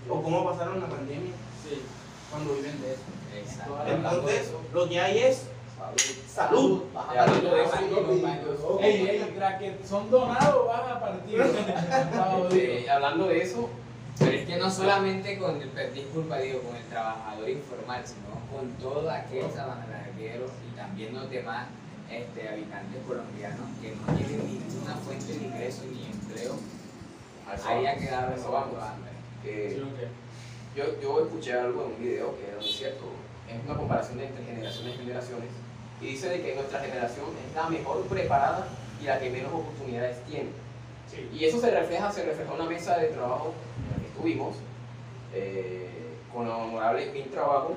O cómo pasaron la pandemia
Sí.
cuando viven de eso.
Exacto.
Entonces, lo que hay es salud.
Ya,
Bájame
lo de
los
salud,
paños,
paños.
ok.
Ey, ey, crack, que son donados, vas a partir.
Eh, hablando de eso,
Pero es que no solamente con el, per- disculpa digo, con el trabajador informal, sino con todo aquel sabanarguero y también los demás este, habitantes colombianos que no tienen ninguna fuente de ingreso ni empleo,
al sábado,
había quedado
al
eso
sábado,
bajo hambre.
eh, yo, yo escuché algo en un video que era muy cierto. Es una comparación de entre generaciones y generaciones. Y dice de que nuestra generación es la mejor preparada y la que menos oportunidades tiene.
Sí.
Y eso se refleja, se reflejó en la mesa de trabajo en la que estuvimos, eh, con la honorable Pin Trabajo,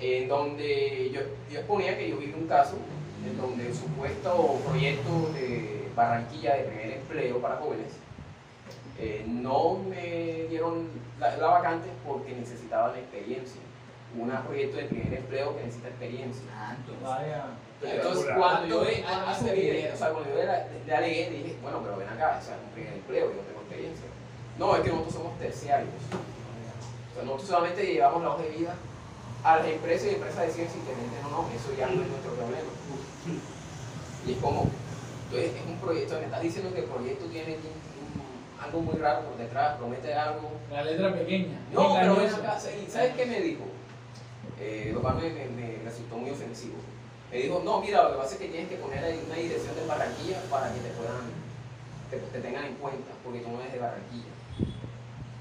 en donde yo, yo exponía que yo vi un caso en donde un supuesto proyecto de Barranquilla de primer empleo para jóvenes, eh, no me dieron la, la vacante porque necesitaban experiencia. Un proyecto de primer empleo que necesita experiencia.
Ah, entonces,
Vaya.
Entonces, cuando yo le, a- a este video, o sea, cuando yo le, le alegué, le dije, bueno, pero ven acá, o sea, es un primer empleo, yo no tengo experiencia. No, es que nosotros somos terciarios. O sea, nosotros solamente llevamos la hoja de vida a las empresas y empresas deciden si te venden o no, eso ya no es nuestro problema. Y es como, entonces es un proyecto, me estás diciendo que el proyecto tiene un- algo muy raro por detrás, promete algo.
La letra pequeña.
No, pero ven
engañosa.
acá, ¿y ¿sabes qué me dijo? Eh, lo cual me, me- me resultó muy ofensivo. Me dijo, no, mira, lo que pasa es que tienes que poner ahí una dirección de Barranquilla para que te puedan, te, te tengan en cuenta, porque tú no eres de Barranquilla.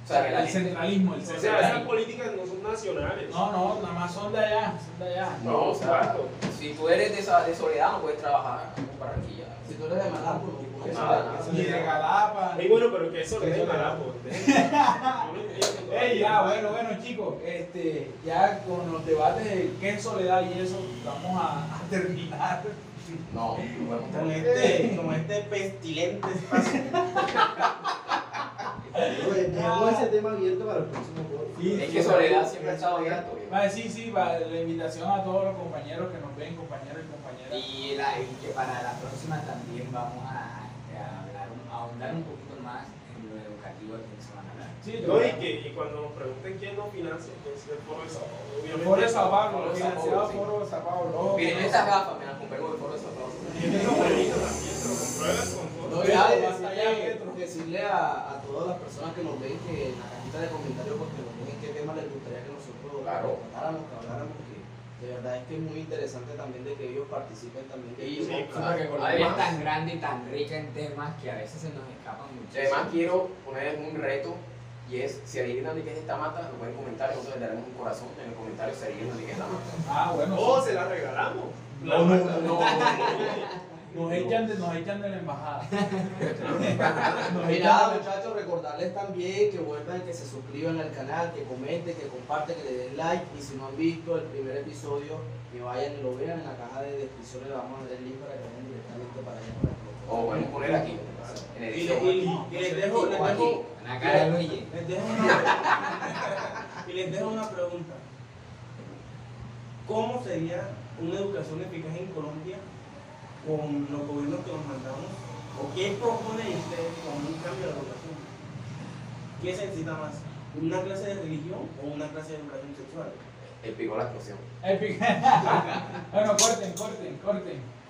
O sea, que la
el
gente-
centralismo, el
O
centralismo.
sea, esas políticas no son nacionales.
No, no, nada más son de allá, son de allá.
No, o sea, si tú eres de, esa, de Soledad, no puedes trabajar en Barranquilla.
Si tú eres de Malambo, no puedes.
Nada, nada.
Ni de Galapa.
Y bueno, pero que eso le da malapo.
*laughs* Ey, ya, bueno, bueno chicos, este, ya con los debates de qué es soledad y eso, vamos a, a terminar.
No, no podemos
Con
tener.
este, con este pestilente espacio.
Pues, dejamos ese tema abierto para el próximo podcast.
Sí,
*laughs* Es que Soledad siempre ha estado abierto. viejo.
Va, sí, sí, va, la invitación a todos los compañeros que nos ven, compañeros y compañeras.
Y, la, y que para la próxima también vamos a, este, a hablar, un- a ahondar un poquito más en lo educativo de quién se van a hablar.
Sí,
No, y, que, y cuando nos pregunten quién nos financia, que es el Foro de Sao Paulo. Obviamente,
Foro de Sao Paulo,
Foro de Sao Paulo,
financiado
sí.
Foro de Sao Paulo.
Miren estas gafas, me las compré con el foro de Sao Paulo.
Y es eso bonito también, pero con pruebas, con fotos.
No,
Pedro,
ya
basta ya,
decirle,
Pedro.
decirle a, a todas las personas que nos ven que en la cajita de comentarios porque nos dejen qué tema les gustaría que nosotros
Claro.
tratáramos, que habláramos, que de verdad es que es muy interesante también de que ellos participen también. Que
Y
ellos-
sí,
claro,
Porque Colombia es
además,
tan grande y tan rica en temas que a veces se nos escapan
Y Además
muchísimo.
quiero poner un reto y es, si adivinan de qué es esta mata, lo pueden comentar, nosotros les daremos un corazón en el comentario si adivinan de qué es la mata.
Ah, bueno.
O
sí.
Oh, se la regalamos.
No, no, no,
*laughs*
Nos echan de, nos echan de la embajada. Nos
Y
echan
nada,
de la-
muchachos, recordarles también que vuelvan, que se suscriban al canal, que comenten, que comparten, que le den like. Y si no han visto el primer episodio, que vayan y lo vean en la caja de descripción. Le vamos a dar el link para que vayan directamente para allá. para que lo
O podemos poner aquí, en
Y,
edición.
le- y- y les dejo, les
O aquí.
dejo,
En la cara de Luigi.
les dejo una, y les dejo una pregunta. ¿Cómo sería una educación eficaz en Colombia con los gobiernos que nos mandamos? ¿O qué proponen ustedes con un cambio de la educación? ¿Qué se necesita más? ¿Una clase de religión o una clase de educación sexual?
*laughs*
El picó la explosión.
Epic. bueno, corten, corten, corten.